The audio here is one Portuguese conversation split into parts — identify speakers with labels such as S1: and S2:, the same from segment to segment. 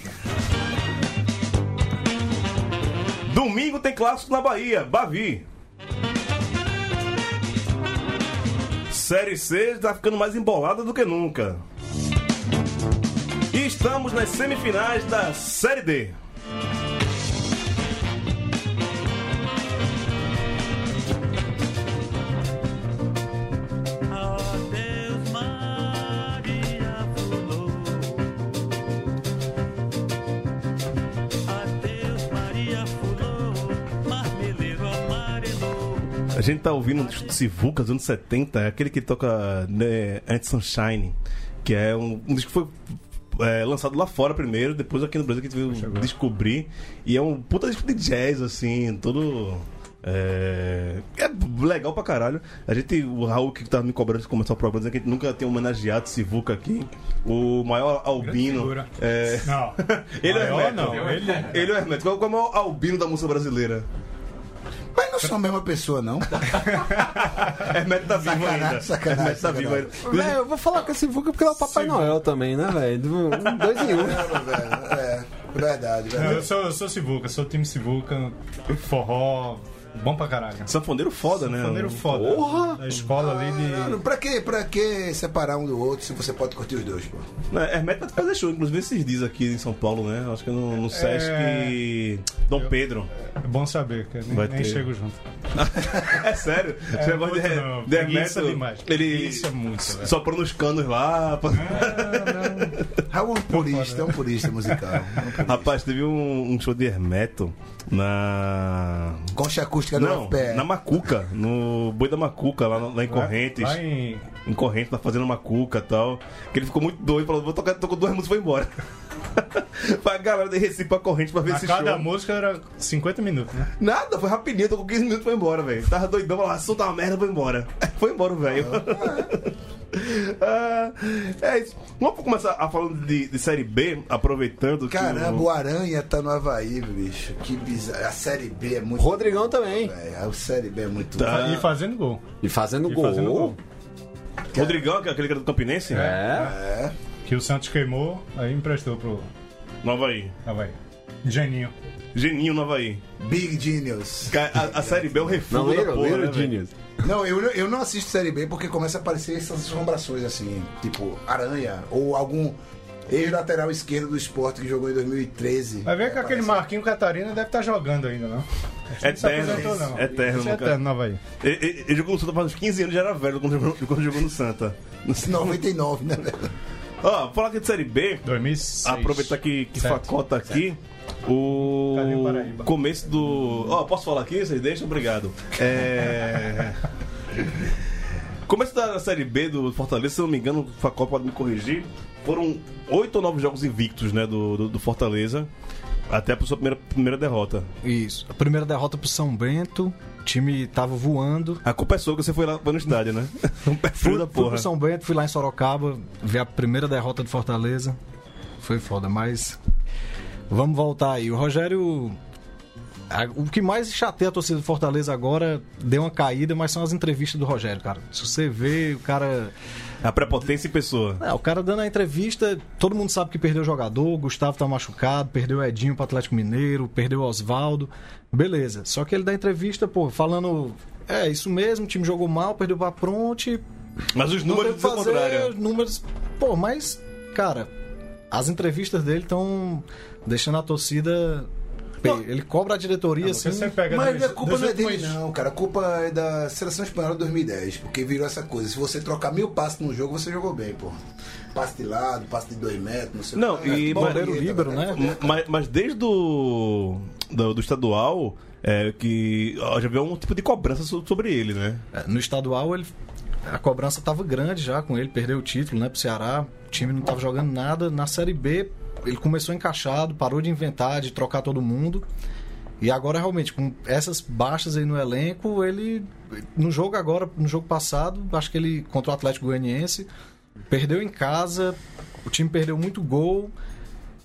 S1: Domingo tem clássico na Bahia, Bavi. Série C está ficando mais embolada do que nunca. E estamos nas semifinais da Série D.
S2: Deus Maria falou. Adeus Maria falou. Marmeleiro amarelou.
S1: A gente tá ouvindo um disco do Sivuca dos anos 70, é aquele que toca né, Ant Sunshine, que é um, um disco que foi é, lançado lá fora primeiro, depois aqui no Brasil que a gente veio descobrir. E é um puta disco de jazz, assim, todo. É, é legal pra caralho. A gente, o Raul que tava me cobrando antes de começar o programa, dizendo que a gente nunca tem homenageado Sivuca aqui. O maior albino.
S3: figura.
S1: É,
S3: Não.
S1: ele é o
S3: Maior,
S1: Hermeto.
S3: não. Ele é.
S1: Ele é o Hermeto. Qual, qual é o maior albino da música brasileira?
S4: Mas não são a mesma pessoa, não.
S1: Tá Hermeto tá vivo
S4: Sacanagem,
S1: ainda.
S4: sacanagem,
S1: Hermeto tá vivo
S4: sacanagem.
S1: ainda.
S5: Véi, eu vou falar com esse Vuca porque ele é o Papai Noel também, né, velho? Um, Dois em um.
S4: É, verdade,
S3: Não,
S4: verdade.
S3: eu sou, eu sou Sivuca, sou time Sivuca, forró, bom pra caralho.
S1: Sanfoneiro foda, né?
S3: Sanfoneiro foda. Da escola ali de.
S4: É, Pra que, pra que separar um do outro se você pode curtir os dois, pô?
S1: Não, é, Hermeto vai fazer show, inclusive esses dias aqui em São Paulo, né? Acho que no, no Sesc Dom Pedro.
S3: É bom saber, que eu nem,
S1: Vai
S3: nem
S1: ter.
S3: chego junto.
S1: É sério?
S3: É,
S1: Você gosta
S3: muito
S1: de, Her-
S3: não,
S1: de
S3: preguiça
S1: Hermeto?
S3: demais.
S1: Ele
S3: Preguiça muito, velho. É,
S1: soprou nos canos lá. pra-
S4: Raul é um purista, é um purista musical.
S1: Rapaz, teve um, um show de Hermeto na.
S4: Concha acústica
S1: Não,
S4: no pé.
S1: na Macuca, no Boi da Macuca, lá, no- lá em Correntes.
S3: Lá em-
S1: Em Correntes, tá fazendo Macuca e tal. Que ele ficou muito doido, falou: vou tocar, tocou duas músicas e foi embora. pra galera de Recife pra Correntes pra ver
S3: a
S1: esse
S3: cada
S1: show.
S3: música era 50 minutos, né?
S1: Nada, foi rapidinho, tô com 15 minutos e foi embora, velho. Tava doidão, falava, solta uma merda, foi embora. Foi embora, velho. Ah, é isso. Vamos começar a falando de, de série B, aproveitando que.
S4: Caramba,
S1: o...
S4: o Aranha tá no Havaí, bicho. Que bizarro. A Série B é muito.
S5: Rodrigão também.
S4: É, a Série B é muito.
S1: Tá.
S3: E fazendo gol.
S5: E fazendo
S3: E
S5: gol.
S3: fazendo gol.
S1: Rodrigão, que é aquele cara do Campinense?
S5: É.
S3: Que o Santos queimou, aí emprestou pro
S1: Nova aí.
S3: Havaí. Geninho.
S1: Geninho Nova aí.
S4: Big Genius.
S1: A, a série B é o refúgio
S5: Não,
S1: da
S5: Little,
S1: porra, né,
S5: Little
S1: velho?
S5: Genius.
S4: Não, eu, eu não assisto Série B porque começa a aparecer essas assombrações assim, tipo Aranha ou algum ex-lateral esquerdo do esporte que jogou em 2013.
S3: Vai ver que aquele
S4: Aparece-
S3: Marquinho Catarina deve estar jogando ainda, não? tá
S1: Eterno.
S3: não.
S1: Eterno,
S3: Esse é
S1: cara.
S3: eterno, no Havaí.
S1: Ele, ele- ele jogou no Santa faz uns 15 anos, já era velho quando jogou, quando jogou no Santa. Não sei.
S4: 99, né, velho?
S1: Ó, falar aqui de série B,
S3: 2006.
S1: aproveitar que, que
S3: Certo.
S1: facota aqui. O
S3: Cadê o Paraíba?
S1: começo do. Ó, posso falar aqui? Vocês deixam? Obrigado. É. Começo da Série B do Fortaleza, se eu não me engano, o Facó pode me corrigir. Foram oito ou nove jogos invictos, né, do, do, do Fortaleza. Até a sua primeira, primeira derrota.
S6: Isso. A primeira derrota pro São Bento. O time tava voando.
S1: A culpa é sua que você foi lá foi no estádio, né? Um pé frio da
S6: Fui
S1: porra.
S6: pro São Bento, fui lá em Sorocaba, vi a primeira derrota do Fortaleza. Foi foda, mas. Vamos voltar aí. O Rogério. a- O que mais chateia a torcida do Fortaleza agora deu uma caída, mas são as entrevistas do Rogério, cara. Se você vê, o cara.
S1: A prepotência em pessoa.
S6: É, o cara dando a entrevista, todo mundo sabe que perdeu o jogador, o Gustavo tá machucado, perdeu o Edinho pro Atlético Mineiro, perdeu o Oswaldo. Beleza. Só que ele dá entrevista, pô, falando. É, isso mesmo, o time jogou mal, perdeu pra Pronte,
S1: Mas os
S6: não tem
S1: números
S6: o que
S1: dizem o contrário.
S6: fazer, números. Pô, mas, cara, as entrevistas dele estão deixando a torcida. Ele cobra a diretoria assim.
S3: Porque você pega
S4: Mas
S3: dois-
S4: a culpa
S3: dois
S4: não é dele,
S3: últimos-
S4: não, cara. A culpa é da seleção espanhola de 2010, porque virou essa coisa. Se você trocar mil passes num jogo, você jogou bem, pô. Passe de lado, passe de dois metros, não sei
S1: Não,
S4: o É, que.
S1: e
S4: Futebol
S6: Barreiro
S4: bonito,
S6: líbero,
S4: cara.
S6: né?
S1: Mas, mas desde do, do, do estadual, é, que ó, já veio um tipo de cobrança so- sobre ele, né?
S6: É, No estadual, ele, a cobrança tava grande já com ele, perdeu o título, né, pro Ceará. O time não tava jogando nada. Na Série B, ele começou encaixado, parou de inventar, de trocar todo mundo. E agora, realmente, com essas baixas aí no elenco, ele. No jogo agora, no jogo passado, acho que ele contra o Atlético Goianiense, perdeu em casa, o time perdeu muito gol,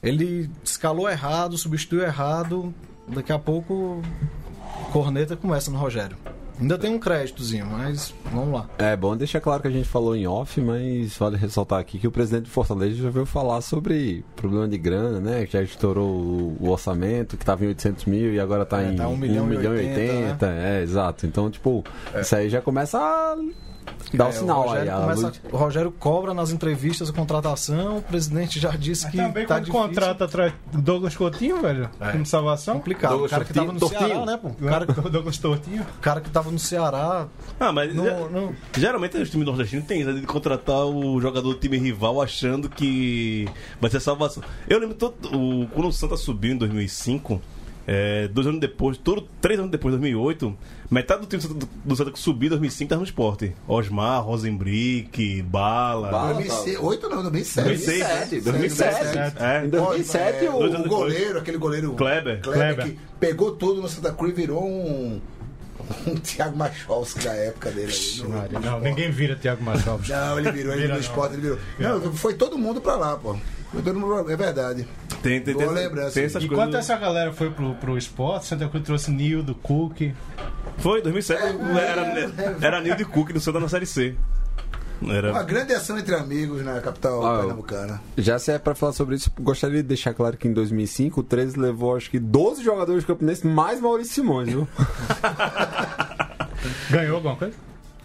S6: ele escalou errado, substituiu errado. Daqui a pouco, corneta começa no Rogério. Ainda tem um créditozinho, mas vamos lá.
S5: É bom deixar claro que a gente falou em off, mas vale ressaltar aqui que o presidente do Fortaleza já veio falar sobre problema de grana, né? Que já estourou o, o orçamento, que estava em 800 mil e agora está
S6: É,
S5: em
S6: tá
S5: 1
S6: 1
S5: milhão,
S6: milhão e
S5: e
S6: 80,
S5: 80. É, exato. Então, tipo, isso aí já começa a dar o
S6: É,
S5: um sinal aí.
S6: Rogério
S5: a
S6: começa-
S5: luz-
S6: o Rogério cobra nas entrevistas a contratação, o presidente já disse que
S3: Também
S6: tá
S3: Então,
S6: difícil.
S3: quando
S6: É.
S3: contrata atrás Douglas Coutinho, velho, como salvação.
S6: complicado.
S5: Douglas
S6: o cara que tava no
S5: Tortinho?
S6: Ceará, né, pô? O cara,
S3: Cara, Douglas Coutinho.
S6: o cara que tava no Ceará,
S1: Ah, mas
S6: não, não,
S1: Geralmente os times nordestinos têm isso né, de contratar o jogador do time rival achando que vai ser salvação. Eu lembro todo, o, quando o Santa subiu em 2005, é, dois anos depois, todo, três anos depois, 2008, metade do time do, Santa- do Santa que subiu em 2005 estava no esporte. Osmar, Rosenbrick, Bala.
S5: Bala.
S4: 2008 não, 2007.
S1: 2007,
S5: 2007.
S1: É,
S5: Em 2007,
S4: Ó,
S5: o-
S4: é,
S1: anos
S4: o goleiro, aquele goleiro
S1: Kleber.
S3: Kleber.
S4: que pegou tudo no Santa Cruz e virou um, um Thiago Machovski da época dele. aí, no- no
S3: Não,
S4: esporte.
S3: ninguém vira Thiago Machado.
S4: Não, ele virou, ele no
S3: Vira não.
S4: esporte, ele virou. Não, foi todo mundo pra lá, pô. Foi todo mundo pra lá, é verdade.
S1: tem, tem, tem,
S4: Boa
S1: tem,
S4: lembrança.
S1: essas
S3: E
S1: coisas.
S3: quanto essa galera foi pro, pro esporte, Santa Cruz trouxe Nildo, Cook.
S1: Foi, 2007 era, era Nildo e Cook do Santa na Série C.
S4: Uma
S1: Era...
S4: grande ação entre amigos na capital
S5: Ah, eu-
S4: pernambucana.
S5: Já se é pra falar sobre isso, gostaria de deixar claro que em 2005 o 13 levou acho que 12 jogadores do Campinense, mais Maurício Simões, viu?
S3: Ganhou alguma coisa?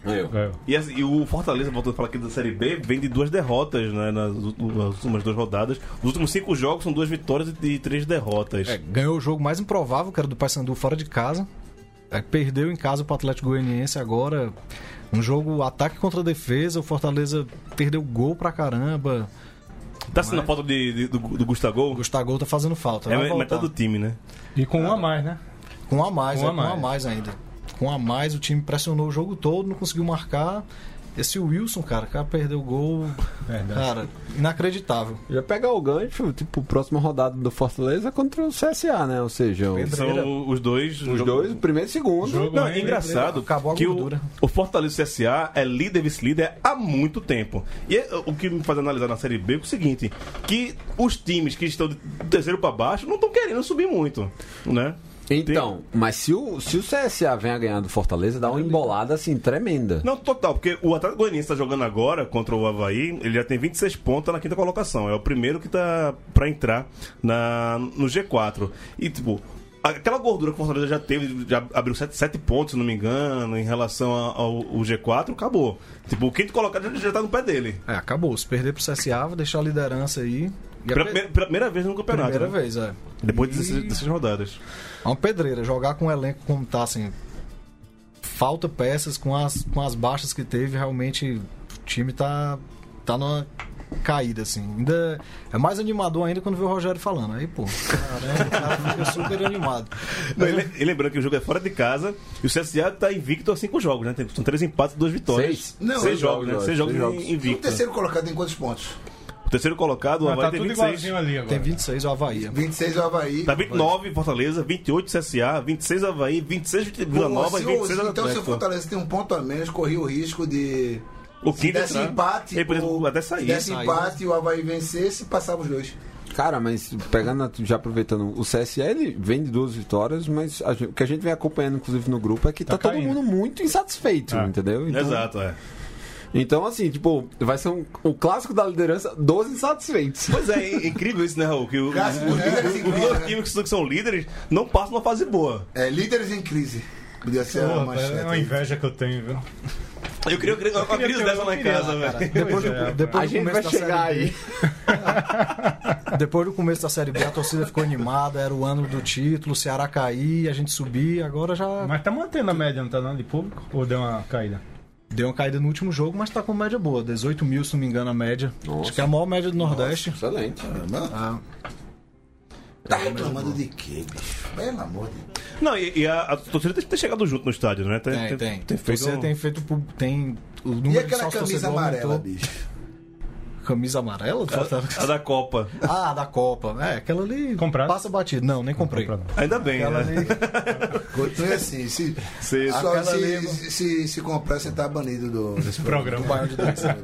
S3: Ganhou.
S1: E, assim, e o Fortaleza, voltando a falar aqui da Série B, vem de duas derrotas né, nas ú- nas últimas duas rodadas. Os últimos cinco jogos são duas vitórias e três derrotas.
S6: É, ganhou o jogo mais improvável, que era do Paysandu fora de casa. É, perdeu em casa pro Atlético Goianiense agora. Um jogo ataque contra defesa, o Fortaleza perdeu gol pra caramba.
S1: tá sendo a falta de, de- do, do Gustavo?
S6: O Gustavo tá fazendo falta.
S1: É
S6: vai
S1: metade
S6: voltar.
S1: do time, né?
S3: E com um a mais, né?
S6: Com um a mais,
S3: Com
S6: é,
S3: um a
S6: com um a mais ainda. Com um a mais, o time pressionou o jogo todo, não conseguiu marcar. Esse Wilson, cara, o cara perdeu o gol.
S3: É,
S6: Cara, inacreditável.
S5: Já pegar o gancho, tipo, próxima rodada do Fortaleza contra o CSA, né? Ou seja, o-
S1: São os dois.
S5: os dois, o primeiro e o segundo.
S3: Jogo
S1: Não,
S3: hein?
S1: é engraçado
S6: Acabou a
S1: que o,
S6: gordura.
S1: o Fortaleza CSA é líder e vice-líder há muito tempo. E é, o que me faz analisar na Série B é o seguinte, que os times que estão do terceiro pra baixo não estão querendo subir muito, né?
S5: Então, mas se o, se o CSA vem a ganhar do Fortaleza, dá uma embolada assim, tremenda.
S1: Não, total, porque o Atlético Goianiense está jogando agora contra o Havaí, ele já tem 26 pontos tá na quinta colocação. É o primeiro que tá para entrar na, no G4. E, tipo, aquela gordura que o Fortaleza já teve, já abriu 7, pontos, se não me engano, em relação a- ao, ao G4, acabou. Tipo, o quinto colocado já, já tá no pé dele.
S6: É, acabou. Se perder pro CSA, vai deixar a liderança aí. E a
S1: Pela,
S6: pre-
S1: primeira- pela primeira vez no campeonato.
S6: primeira
S1: né?
S6: vez, é.
S1: Depois de
S6: E-
S1: 16, 16 rodadas.
S6: É uma pedreira. Jogar com o elenco como tá, assim. Falta peças com as, com as baixas que teve, realmente o time tá, tá numa caída, assim. Ainda é mais animador ainda quando vê o Rogério falando. Aí, pô, caramba, o cara fica super animado.
S1: Não, e le- e lembrando que o jogo é fora de casa e o CSA tá invicto a cinco jogos, né? Tem- São três empates e duas vitórias.
S5: Seis?
S4: Não,
S1: seis jogos, né?
S5: jogos,
S1: Seis jogos,
S5: seis jogos.
S4: E o
S1: invicto.
S4: terceiro colocado tem quantos pontos?
S1: O terceiro colocado, o
S3: Não,
S1: Havaí
S3: tá
S1: tem
S3: tudo
S1: 26.
S3: igualzinho ali agora.
S6: Tem 26 o Havaí.
S4: 26 o Havaí.
S1: Tá 29 Fortaleza, 28 CSA, 26 Havaí, 26 Vila
S4: Pô,
S1: Nova
S4: se
S1: e
S4: o-
S1: 26
S4: Então, se o
S1: Atlético.
S4: Fortaleza tem um ponto a menos, corria o risco de.
S1: O
S4: Se
S1: quinto
S4: desse
S1: entrar,
S4: empate.
S1: ele podia
S4: o-
S1: até sair.
S4: Se desse
S6: Sair.
S4: empate e o Havaí vencesse, passava os dois.
S5: Cara, mas pegando, a- já aproveitando, o CSA ele vem de duas vitórias, mas a gente- o que a gente vem acompanhando, inclusive, no grupo é que tá, todo
S3: caindo.
S5: mundo muito insatisfeito, entendeu? Então,
S1: Exato, é.
S5: Então, assim, tipo, vai ser um, o clássico da liderança dos insatisfeitos.
S1: Pois é, é incrível isso, né, Raul? Que o,
S4: Clássico,
S1: os-
S4: né?
S1: os- os dois times que são- que são líderes não passam uma fase boa.
S4: É, líderes em crise. Podia ser
S3: Pô,
S4: uma
S3: rapaz, é
S4: manchete. né?
S3: uma inveja que eu tenho, viu?
S1: Eu queria, eu queria uma crise dessa lá em casa, velho.
S6: Depois, do, depois
S5: A
S6: do
S5: gente
S6: começo
S5: vai
S6: da
S5: chegar
S6: Série B-
S5: aí.
S6: Depois do começo da Série B, a torcida ficou animada, era o ano do título, o Ceará cair, a gente subir, agora já
S3: Mas tá mantendo a média, não tá não, de público? Ou deu uma caída?
S6: Deu uma caída no último jogo, mas tá com média boa. 18 mil, se não me engano, a média. Acho que é a maior média do Nordeste.
S5: Excelente.
S4: Ah. Tá reclamando de quê, bicho? Pelo amor de Deus.
S1: Não, e, e a, a torcida tem- tem chegado junto no estádio, né? Tem,
S6: Tem, tem.
S1: tem feito
S6: Você
S1: um-
S6: tem feito. pub- Tem o número
S4: E
S6: de
S4: aquela
S6: sócios
S4: camisa
S6: torcedor
S4: amarela,
S6: aumentou.
S4: bicho?
S6: Camisa amarela? do Fortaleza?
S1: A da Copa.
S6: Ah, da Copa. É, aquela ali.
S3: Comprado?
S6: Passa batido. Não, nem comprei.
S1: Ainda bem,
S6: Aquela
S1: né?
S6: ali.
S4: Continue assim. Se,
S1: Você-
S4: só
S3: Aquela
S4: se,
S3: ali-
S4: se, se, comprar, você tá banido do, desse
S3: Programa.
S4: programa. Do Baião de Dança.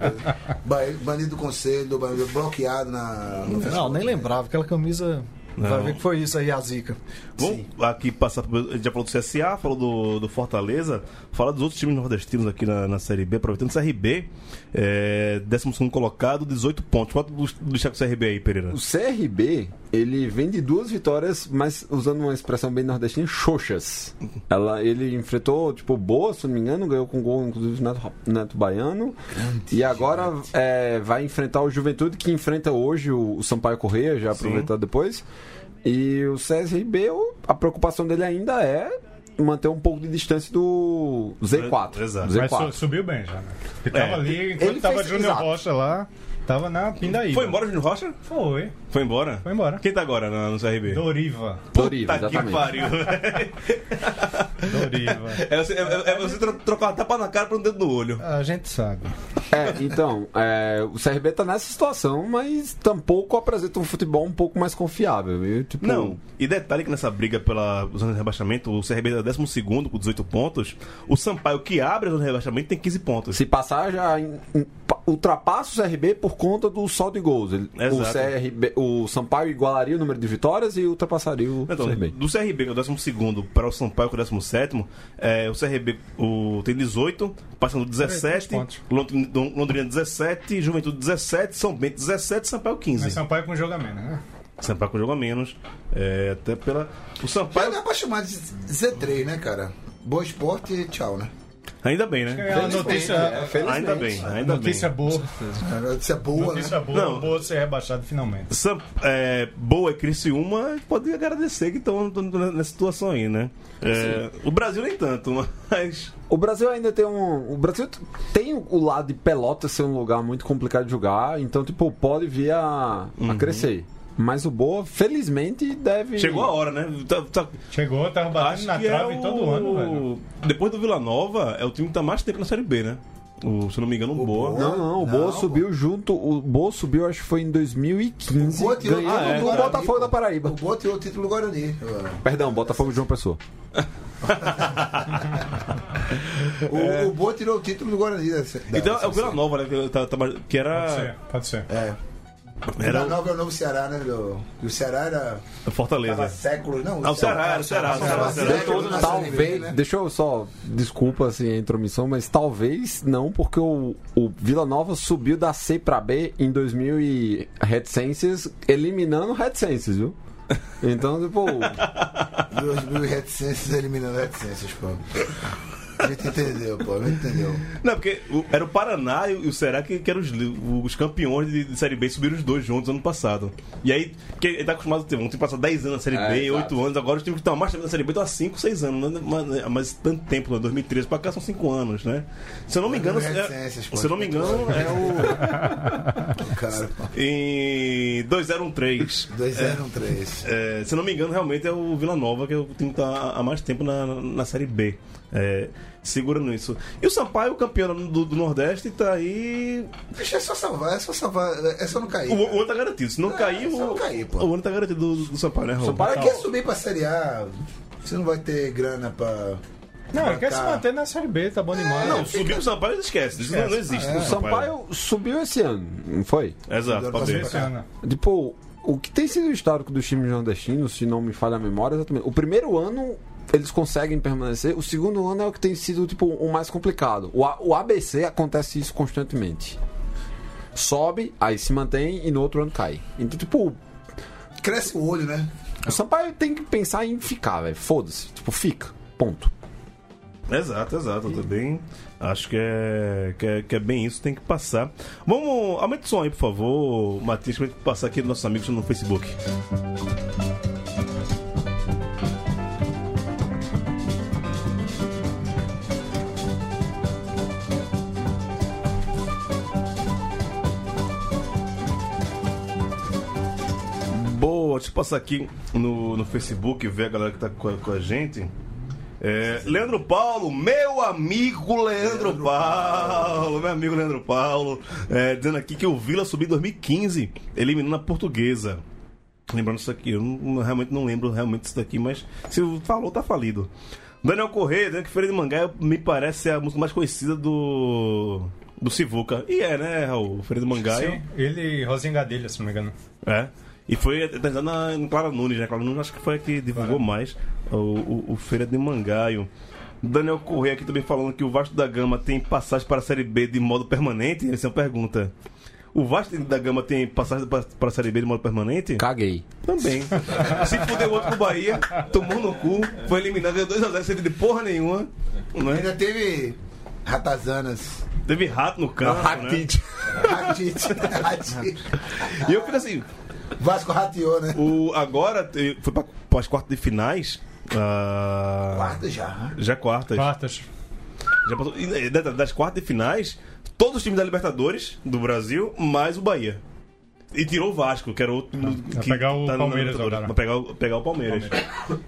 S4: Ba- banido do conselho, do baião de- bloqueado na. no
S6: Não,
S4: Facebook.
S6: nem lembrava. Aquela camisa Vai ver que foi isso aí, a zica.
S1: Vamos aqui passar. pro- A gente já falou do CSA, falou do, do Fortaleza, fala dos outros times nordestinos aqui na, na Série B, aproveitando o CRB, é, 12 colocado, 18 pontos. Quanto do, do Chaco CRB aí, Pereira?
S5: O CRB, ele vem de duas vitórias, mas usando uma expressão bem nordestina, xoxas. Ela, ele enfrentou, tipo, boa, se não me engano, ganhou com um gol, inclusive, do Neto, Neto Baiano. e agora é, vai enfrentar o Juventude, que enfrenta hoje o, o Sampaio Correia, já aproveitar depois. E o CRB, o- a preocupação dele ainda é manter um pouco de distância do Z4.
S1: Exato.
S3: Mas su-
S5: Z4.
S3: subiu bem já, né? Ele tava ali, enquanto
S5: Ele
S3: tava
S5: fez-
S3: Júnior
S5: exato.
S3: Rocha lá, tava na pindaíba.
S1: Foi embora o Júnior Rocha?
S3: Foi.
S1: Foi embora?
S3: Foi embora.
S1: Quem tá agora na- no CRB?
S3: Doriva.
S5: Doriva,
S1: Puta que
S5: exatamente.
S1: Tá pariu.
S3: Doriva.
S1: É você, é- é você tro- trocar uma tapa na cara por um dedo no olho.
S3: A gente sabe.
S5: É, então, é, o CRB tá nessa situação, mas tampouco apresenta um futebol um pouco mais confiável. viu? Tipo,
S1: Não, e detalhe que nessa briga pela zona de rebaixamento, o CRB é 12 com 18 pontos. O Sampaio, que abre a zona de rebaixamento, tem 15 pontos.
S5: Se passar, já em- em- pa- ultrapassa o CRB por conta do saldo de gols. Ele- O,
S1: Exato.
S5: CRB, o Sampaio igualaria o número de vitórias e ultrapassaria o
S1: Então,
S5: CRB.
S1: do CRB, que é o 12 para o Sampaio, que é o 17, é, o CRB o, tem 18, passando 17,
S3: É, três pontos.
S1: Londrina, Londrina 17, Juventude 17, São Bento 17, Sampaio 15.
S3: Mas Sampaio com jogo a menos, né?
S1: Sampaio com jogo a menos. é, até pela. O
S4: Mas
S1: Sampaio.
S4: dá pra chamar de Z3, né, cara? Boa esporte e tchau, né?
S1: Ainda bem, né?
S3: É uma notícia,
S1: Ainda bem, ainda
S3: notícia
S1: bem.
S3: boa.
S4: A notícia é boa, né?
S3: Notícia boa,
S1: Não.
S3: boa de ser rebaixado finalmente.
S1: Sam, é, Boa e Criciúma pode agradecer que estão nessa situação aí, né? É, o Brasil nem tanto, mas.
S5: O Brasil ainda tem um. O Brasil t- tem o lado de Pelotas ser um lugar muito complicado de jogar, então, tipo, pode vir a, a
S1: Uhum.
S5: crescer. Mas o Boa, felizmente, deve.
S1: Chegou a hora, né? Tá- tá-
S3: Chegou, tava batendo na
S1: que é
S3: trave
S1: o-
S3: todo ano, velho.
S1: Depois do Vila Nova, é o time que tá mais tempo na Série B, né? O, se eu não me engano, o Boa.
S5: Não, não, o Boa subiu junto. O Boa subiu, acho que foi em 2015.
S4: O Boa tirou
S5: ganhando
S4: tudo do
S5: do
S4: Guarani,
S5: Botafogo
S4: pô.
S5: da Paraíba.
S4: O Boa tirou o título do Guarani.
S5: Perdão, Botafogo de João Pessoa.
S4: O, o Boa tirou o título do Guarani. né? Da-
S1: Então é o
S4: da-
S1: Vila Nova, né? Que, tá- tá mais- que
S3: Pode
S1: era.
S3: ser, pode ser.
S4: É.
S1: Era
S4: Era... O Nova é o novo Ceará, né? Do... E o Ceará era. Tava
S1: Fortaleza.
S4: séculos, não.
S1: Ah, o Ceará, era o Ceará, o Ceará,
S4: Tava
S1: o Ceará.
S4: séculos é na Série B,
S5: Talvez,
S4: né?
S5: deixa eu só, desculpa assim a intromissão, mas talvez não, porque o, o Vila Nova subiu da C pra B em 2000 e reticências, eliminando reticências, viu? Então, tipo,
S4: 2000 reticências eliminando reticências, pô. A gente entendeu, pô. A gente entendeu.
S1: Não, porque o- era o Paraná e o e o Ceará que, que eram os, li- os campeões de, de Série B subiram os dois juntos ano passado. E aí, que ele tá acostumado a ter, vão ter passado 10 anos na Série
S5: É,
S1: B,
S5: exato.
S1: 8 anos, agora os times que estão mais tempo na Série B estão há 5, 6 anos, né? mas, mas tanto tempo, né? 2013 pra cá são 5 anos, né? Se eu não me engano,
S4: Mas não é
S1: é,
S4: essências,
S1: se
S4: pô.
S1: eu não me engano, é
S4: né?
S1: o.
S4: Cara, um pô.
S1: em 2013.
S4: 2-0-1-3.
S1: É, se eu não me engano, realmente é o Vila Nova, que é o time que tá há mais tempo na, na Série B. É, segurando isso. E o Sampaio, campeão do, do Nordeste, tá aí.
S4: Deixa é só salvar, é só salvar, é só não cair.
S1: O, o ano tá garantido. Se não cair,
S4: se
S1: o,
S4: não cair, pô.
S1: o ano tá garantido do, do Sampaio, né, Raul?
S5: Sampaio-
S4: Pra é que subir pra Série A? Você não vai ter grana pra.
S3: Não, ele quer se
S4: cá.
S3: manter na Série B, tá bom demais.
S1: Não, subir o Sampaio esquece. Isso não, não existe.
S5: o Sampaio subiu esse ano, não foi?
S1: Exato, pra ver.
S3: Esse ano.
S5: Tipo, o que tem sido o histórico dos times nordestinos, se não me falha a memória, exatamente. O primeiro ano eles conseguem permanecer, o segundo ano é o que tem sido tipo o mais complicado. O, A- o ABC acontece isso constantemente. Sobe, aí se mantém e no outro ano cai. Então, tipo,
S4: Cresce o olho, né?
S5: o Sampaio tem que pensar em ficar, velho. Foda-se. Tipo, fica. Ponto.
S1: Exato, exato. Eu Também acho que é, que, é, que é bem isso, tem que passar. Vamos, aumenta o som aí, por favor, Matias, pra gente passar aqui dos nossos amigos no Facebook. Boa, deixa eu passar aqui no, no Facebook ver a galera que tá com a, com a gente. É, Leandro Paulo, meu amigo Leandro, Paulo, meu amigo Leandro Paulo, é, dizendo aqui que o Vila subiu em 2015, eliminando a portuguesa. Lembrando isso aqui, eu não- realmente não lembro realmente isso daqui, mas se falou, tá falido. Daniel Correia, dizendo que Feira de Mangá me parece ser a música mais conhecida do. do Sivuca. E é, né, Raul? Feira de Mangá. eu-
S3: Sim, ele e Rosinha Gadelha, se não me engano.
S1: é. E foi eternizado na, em Clara Nunes, né? Clara Nunes acho que foi a que divulgou mais o, o- o Feira de Mangaio. Daniel Correia aqui também falando que o Vasco da Gama tem passagem para a Série B de modo permanente. Essa é uma pergunta. O Vasco da Gama tem passagem para para a Série B de modo permanente?
S7: Caguei.
S1: Também. Se fudeu outro pro Bahia, tomou no cu, foi eliminado, ganhou 2x0 sem de porra nenhuma. Né?
S4: Ainda teve ratazanas.
S1: Teve rato no campo. Né?
S7: Ratite.
S4: Ratite, ratite.
S1: E eu fico assim,
S4: Vasco rateou, né?
S1: o, agora te- foi para as quartas de finais. ah,
S4: Quarto já.
S1: Já quartas.
S3: Quartas.
S1: Já passou- e da- das quartas de finais, todos os times da Libertadores do Brasil, mais o Bahia. E tirou o Vasco, que era outro.
S3: Tá. vai
S1: que
S3: pegar o
S1: na
S3: Palmeiras
S1: Libertadores.
S3: agora.
S1: Vai pegar, o- pegar o Palmeiras.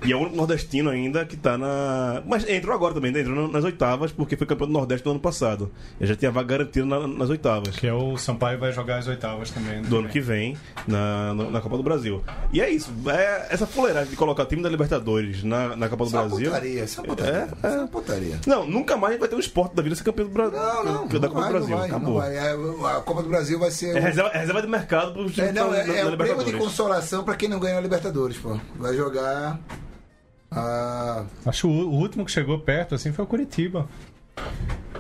S1: E é o único nordestino ainda que tá na. Mas entrou agora também, né? entrou na- nas oitavas, porque foi campeão do Nordeste no ano passado. Ele já tinha a vaga garantida na- nas oitavas
S3: Que é o Sampaio vai jogar as oitavas também. né?
S1: do ano que vem na, no- na Copa do Brasil. E é isso. É essa fuleiragem de colocar o time da Libertadores na, na Copa do
S4: Só
S1: Brasil.
S4: é putaria, só putaria.
S1: É, é.
S4: Só putaria.
S1: Não, nunca mais vai ter um esporte da vida ser campeão do Brasil.
S4: Não, não.
S1: Da
S4: não
S1: Copa
S4: vai,
S1: do Brasil.
S4: Não vai,
S1: Acabou.
S4: não vai. É, A Copa do Brasil vai ser.
S1: É
S4: um-
S1: reserva, é reserva de mercado para os
S4: É, não, é,
S1: da
S4: é o prêmio de
S1: Libertadores.
S4: consolação pra quem não ganhou a Libertadores, pô. Vai jogar. a-
S3: Acho que o o último que chegou perto assim foi o Curitiba.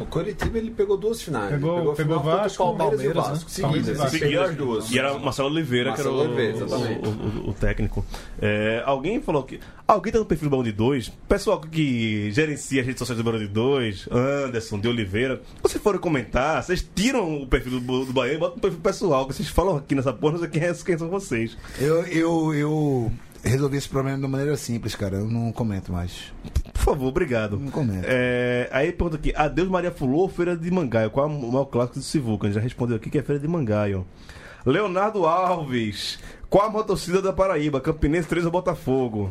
S5: O Coritiba ele pegou duas finais.
S3: Pegou-
S5: ele pegou, a
S3: pegou
S5: final contra
S3: Vasco,
S5: o Palmeiras,
S6: Palmeiras,
S5: e o Vasco.
S6: né?
S5: Seguidas.
S3: Palmeiras
S5: ele pegou as duas.
S1: E era o Marcelo Oliveira,
S5: Marcelo
S1: que era o,
S5: Oliveira, exatamente.
S1: o- o- o técnico. É, alguém falou que. Alguém tá no perfil do Balão de Dois? Pessoal que gerencia as redes sociais do Balão de Dois, Anderson, de Oliveira. Vocês foram comentar, vocês tiram o perfil do, do Bahia e botam o perfil pessoal, que vocês falam aqui nessa porra, não sei quem, é- quem são vocês.
S4: Eu, eu, eu resolvi esse problema de uma maneira simples, cara. Eu não comento mais.
S1: Por favor, obrigado.
S4: Não comenta.
S1: É, aí pergunta aqui: Adeus Maria Fulô ou Feira de Mangaio? Qual é o maior clássico do Sivuca? Ele Já respondeu aqui que é Feira de Mangaio. Leonardo Alves. Qual a motocicleta da Paraíba? Campinense 3 ou Botafogo?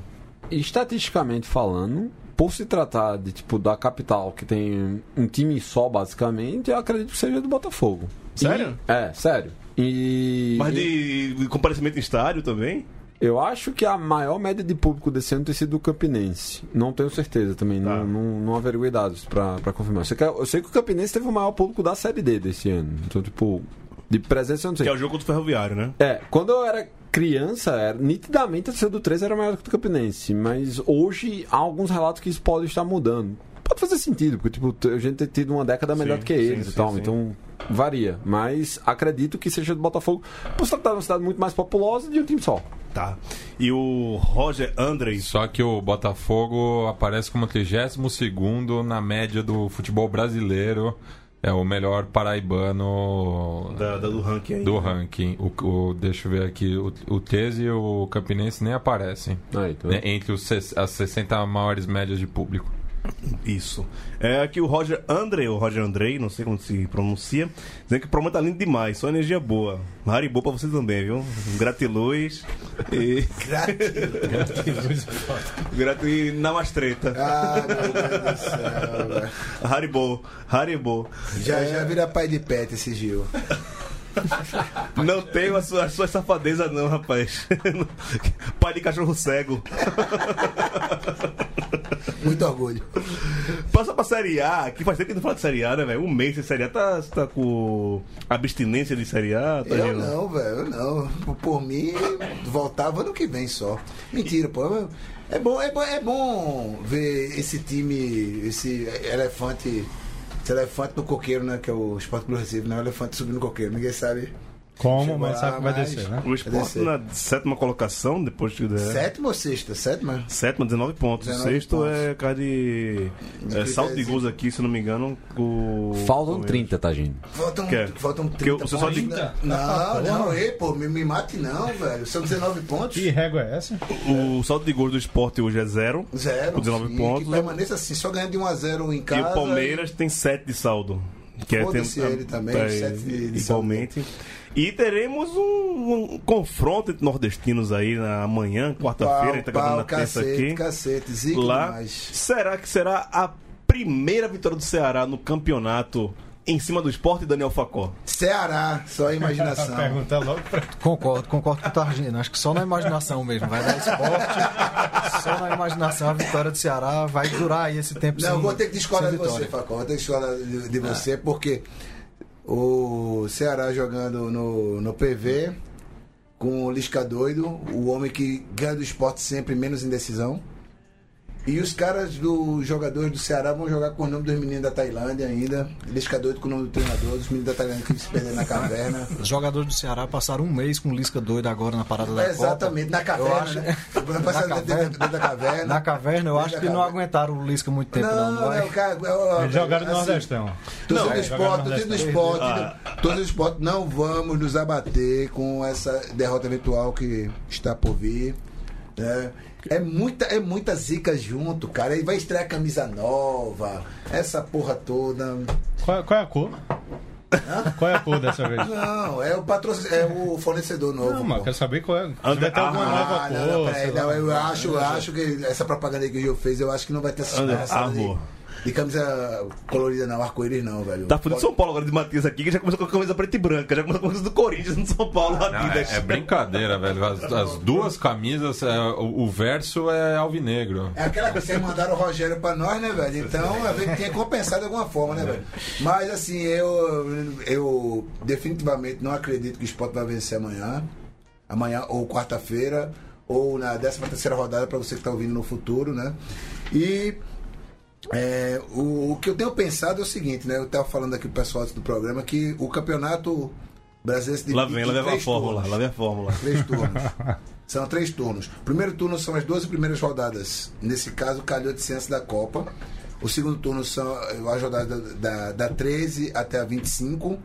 S5: Estatisticamente falando, por se tratar de tipo da capital que tem um time só basicamente, eu acredito que seja do Botafogo.
S1: Sério?
S5: E- é, sério. E
S1: Mas de, de comparecimento em estádio também?
S5: eu acho que a maior média de público desse ano tem sido do Campinense. Não tenho certeza também,
S1: Tá.
S5: não, não, não averiguei dados pra pra confirmar. Eu sei, que, eu sei que o Campinense teve o maior público da Série D desse ano. Então, tipo, de presença eu não sei.
S1: Que é o jogo do Ferroviário, né?
S5: É, quando eu era criança, era, nitidamente a torcida do 13 era maior do que o do Campinense. Mas hoje há alguns relatos que isso pode estar mudando. Pode fazer sentido, porque tipo, t- a gente tem tido uma década melhor
S1: Sim,
S5: do que
S1: sim,
S5: eles
S1: sim,
S5: e tal.
S1: sim.
S5: Então varia. Mas acredito que seja do Botafogo. Por se tratar de uma cidade muito mais populosa de um time só.
S1: Tá. E o Roger Andres.
S8: Só que o Botafogo aparece como 32 na média do futebol brasileiro. É o melhor paraibano
S1: Da, da- do ranking aí.
S8: do ranking. O, o- deixa eu ver aqui. O, o 13 e o Campinense nem aparecem.
S5: Aí, então,
S8: né, entre os, ses- as 60 maiores médias de público.
S1: Isso. É aqui o Roger Andrei, ou Roger Andrei, não sei como se pronuncia, dizendo que o programa tá lindo demais, só energia boa. Haribo pra você também, viu? Gratiluz e. Gratiluz e namastreta.
S4: Ah, meu Deus do céu, velho.
S1: Haribo, Haribo.
S4: Já, já vira pai de pet esse Gil.
S1: Não tenho a sua, a sua safadeza, não, rapaz. Pai de cachorro cego.
S4: Muito orgulho.
S1: Passa pra Série A, que faz tempo que não fala de Série A, né, velho? Um mês sem Série A. Tá, tá com abstinência de Série A? Tá
S4: Eu
S1: Gil?
S4: não, velho, eu não. Por- Por mim, voltava ano que vem só. Mentira, pô. Eu- É bom, é bom, é bom ver esse time, esse elefante. Esse elefante no coqueiro, né? Que é o Esporte Clube Recife, né? O elefante subindo no coqueiro, ninguém sabe.
S3: Como,
S4: Chegou
S3: mas
S4: lá,
S3: sabe que vai
S4: mas-
S3: descer, né?
S1: O esporte
S4: Cadê
S1: na sétima colocação, depois que der.
S4: Sétima ou sexta? Sétima?
S1: Sétima, 19 pontos.
S4: 19
S1: Sexto
S4: pontos.
S1: é cara de. É, salto de gols aqui, se não me engano. O...
S7: Faltam
S1: o-
S7: 30, tá, gente?
S4: Faltam,
S1: Quer?
S4: faltam
S1: Porque
S4: 30
S1: o pessoal de-
S4: pontos. Não, não, ei, pô, me, me mate não, velho. São 19 pontos.
S3: Que régua é essa?
S1: O salto de gols do esporte hoje é zero.
S4: Zero.
S1: Com 19
S4: sim,
S1: pontos.
S4: Que permaneça assim, só ganhando de 1 a 0 em
S1: E
S4: casa.
S1: o Palmeiras tem 7 de saldo. Que é, tá,
S4: Foda-se ele também, sete de- de
S1: igualmente. E teremos um, um confronto entre nordestinos aí na manhã, quarta-feira, a gente tá gravando na terça
S4: cacete,
S1: aqui.
S4: cacete, zica
S1: lá.
S4: demais.
S1: Será que será a primeira vitória do Ceará no campeonato em cima do esporte Daniel Facó?
S4: Ceará, só imaginação.
S3: Pergunta logo pra
S6: Concordo, concordo com o Targino. Acho que só na imaginação mesmo. Vai dar esporte. só na imaginação a vitória do Ceará vai durar aí esse tempo
S4: Não,
S6: sem-
S4: eu vou ter que discordar de
S6: sem
S4: você,
S6: vitória. Ah.
S4: Facó. Vou ter que discordar de, de você, porque o Ceará jogando no, no PV, com o Lisca Doido, o homem que ganha do esporte sempre menos indecisão. E os caras dos jogadores do Ceará vão jogar com o nome dos meninos da Tailândia ainda. Lisca Doido com o nome do treinador, dos meninos da Tailândia que se perderam na caverna.
S6: Os jogadores do Ceará passaram um mês com o Lisca doido agora na parada da Copa.
S4: É, Exatamente, na caverna.
S6: Eu acho-
S4: né? Quando passaram dentro,
S6: caverna.
S4: dentro- dentro da caverna.
S6: Na caverna, eu
S4: Dentro
S6: acho
S4: da
S6: que não
S4: caverna.
S6: aguentaram o Lisca muito tempo, não.
S4: Não,
S6: não é? vai?
S4: não, cara. ó,
S3: Eles jogaram no
S4: assim,
S3: Nordestão.
S4: Torcida do
S3: É, jogaram
S4: esporte, torcida
S3: no
S4: do
S3: Nordeste.
S4: esporte, torcida do esporte, não vamos nos abater com essa derrota eventual que está por vir. né? É muita, é muita zica junto, cara. Aí vai estrear camisa nova, essa porra toda.
S3: Qual, qual é a cor? Qual é a cor dessa vez?
S4: Não, é o patrocínio, é o fornecedor novo.
S3: Não, mas
S4: pô.
S3: quero saber qual é. Se vai ter alguma nova
S4: Ah, não, não,
S3: cor.
S4: peraí,
S3: sei lá.
S4: não, eu acho, eu acho que essa propaganda aí que o Gil fez, eu acho que não vai ter essa
S1: Olha,
S4: palhaçada de,
S1: amor.
S4: de camisa colorida não, arco-íris não, velho.
S1: Tá fudido São Paulo agora de Matias aqui, que já começou com a camisa preta e branca, já começou com a camisa do Corinthians no São Paulo,
S8: Não,
S1: Adidas.
S8: é, é brincadeira, velho. As, as duas camisas, é, o, o verso é alvinegro.
S4: É aquela que vocês mandaram o Rogério pra nós, né, velho? Então, a gente tinha compensado de alguma forma, né, velho? Mas, assim, eu, eu definitivamente não acredito que o Sport vai vencer amanhã. Amanhã ou quarta-feira, ou na 13 terceira rodada, pra você que tá ouvindo no futuro, né? E é, o, o que eu tenho pensado é o seguinte, né? Eu tava falando aqui pro pessoal antes do programa que o campeonato brasileiro se divide
S1: Lá vem, lá
S4: em
S1: vem a
S4: três
S1: fórmula,
S4: turnos.
S1: lá vem a fórmula.
S4: Três turnos. São três turnos. Primeiro turno são as 12 primeiras rodadas. Nesse caso, calhou de ciência da Copa. O segundo turno são as rodadas da, da 13 até a 25.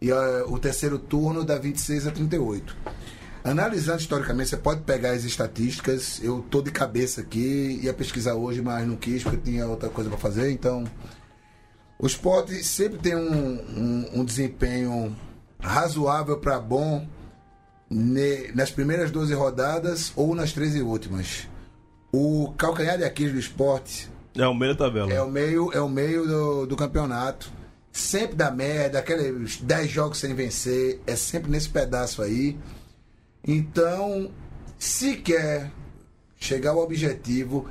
S4: E eh, o terceiro turno da 26 a 38. Analisando historicamente, você pode pegar as estatísticas. Eu tô de cabeça aqui, ia pesquisar hoje, mas não quis, porque eu tinha outra coisa para fazer. Então, o esporte sempre tem um, um- um desempenho razoável para bom ne- nas primeiras 12 rodadas ou nas 13 últimas. O calcanhar de Aquiles do esporte
S1: É o meio da tabela.
S4: é o meio, é o meio do, do campeonato. Sempre dá merda, aqueles 10 jogos sem vencer, é sempre nesse pedaço aí. Então, se quer chegar ao objetivo,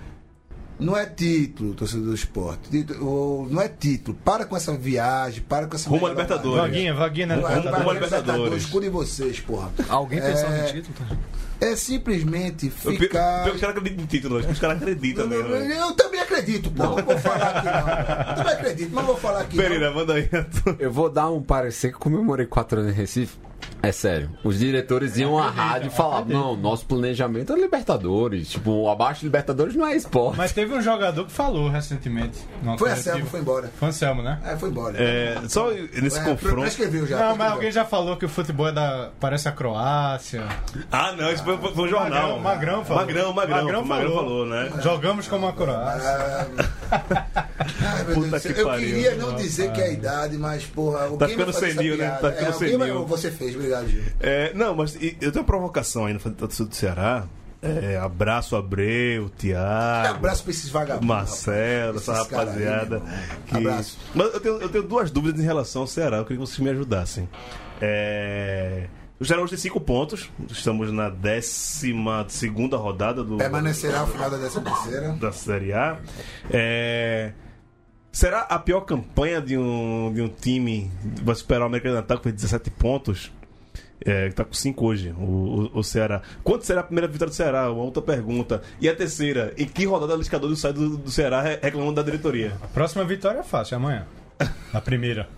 S4: não é título, torcedor do esporte. Título- ou não é título. Para com essa viagem, para com essa.
S1: Rumo à
S4: melhorada.
S1: Libertadores.
S3: Vaguinha, vaguinha né, na
S4: Rumo à
S3: Libertadores.
S1: Libertadores.
S4: Libertadores. Cuidem vocês, porra.
S6: Alguém pensava
S4: É.
S6: no título? tá?
S4: É simplesmente
S1: Eu pe-
S4: ficar.
S1: pe- Os caras acreditam no título, os caras acreditam
S4: Não,
S1: mesmo.
S4: não,
S1: né?
S4: Eu também acredito, pô. Não vou falar aqui, não. Eu também acredito, mas não vou falar aqui. não.
S1: Pereira, manda aí.
S5: Eu vou dar um parecer que comemorei quatro anos em Recife. É sério. Os diretores iam à rádio e falavam:
S1: É.
S5: não, nosso planejamento é Libertadores. Tipo, abaixo de Libertadores não é esporte.
S3: Mas teve um jogador que falou recentemente. numa
S4: Foi a
S3: coletiva.
S4: Selma, foi embora.
S3: Foi Anselmo, né?
S4: É, foi embora.
S1: É, só nesse
S4: É, pra-
S1: confronto.
S4: Prescreveu já.
S3: Não,
S4: prescreveu.
S3: mas alguém já falou que o futebol é da. parece a Croácia.
S1: Ah, não, isso foi, foi um jornal.
S3: Magrão, Magrão falou.
S1: Magrão, Magrão,
S3: Magrão
S1: Magrão
S3: falou.
S1: falou, né?
S3: Jogamos como a Croácia.
S4: Ah, ai, meu
S1: Puta
S4: Deus do céu.
S1: que
S4: eu
S1: pariu,
S4: queria não
S3: não,
S4: dizer que é a idade, mas porra, alguém
S1: ficando
S4: vai fazer essa
S1: senil, né?
S4: piada.
S1: Tá ficando
S4: é, alguém
S1: senil.
S4: vai- Você fez, obrigado, Gil.
S1: É, não, mas e- eu tenho uma provocação aí no torcedor do Ceará. É, abraço Abreu,
S4: Um
S1: Tiago.
S4: abraço pra esses vagabundos.
S1: Ah, Marcelo,
S4: rapaz.
S1: essa
S4: Esses caras aí,
S1: rapaziada.
S4: meu irmão.
S1: que-
S4: Abraço.
S1: Mas eu tenho, eu tenho duas dúvidas em relação ao Ceará, eu queria que vocês me ajudassem. É, O Ceará hoje tem cinco pontos, estamos na décima segunda rodada
S4: É
S1: do,
S4: Permanecerá ao final da décima terceira.
S1: da Série A. É, Será a pior campanha de um, de um time vai superar o América do Natal, que fez 17 pontos? É, que tá com 5 hoje, o, o, o Ceará. Quanto será a primeira vitória do Ceará? Uma outra pergunta. E a terceira, em que rodada o Liscador sai do, do Ceará re- reclamando da diretoria?
S4: Ah,
S3: A próxima vitória é fácil, é amanhã. A primeira.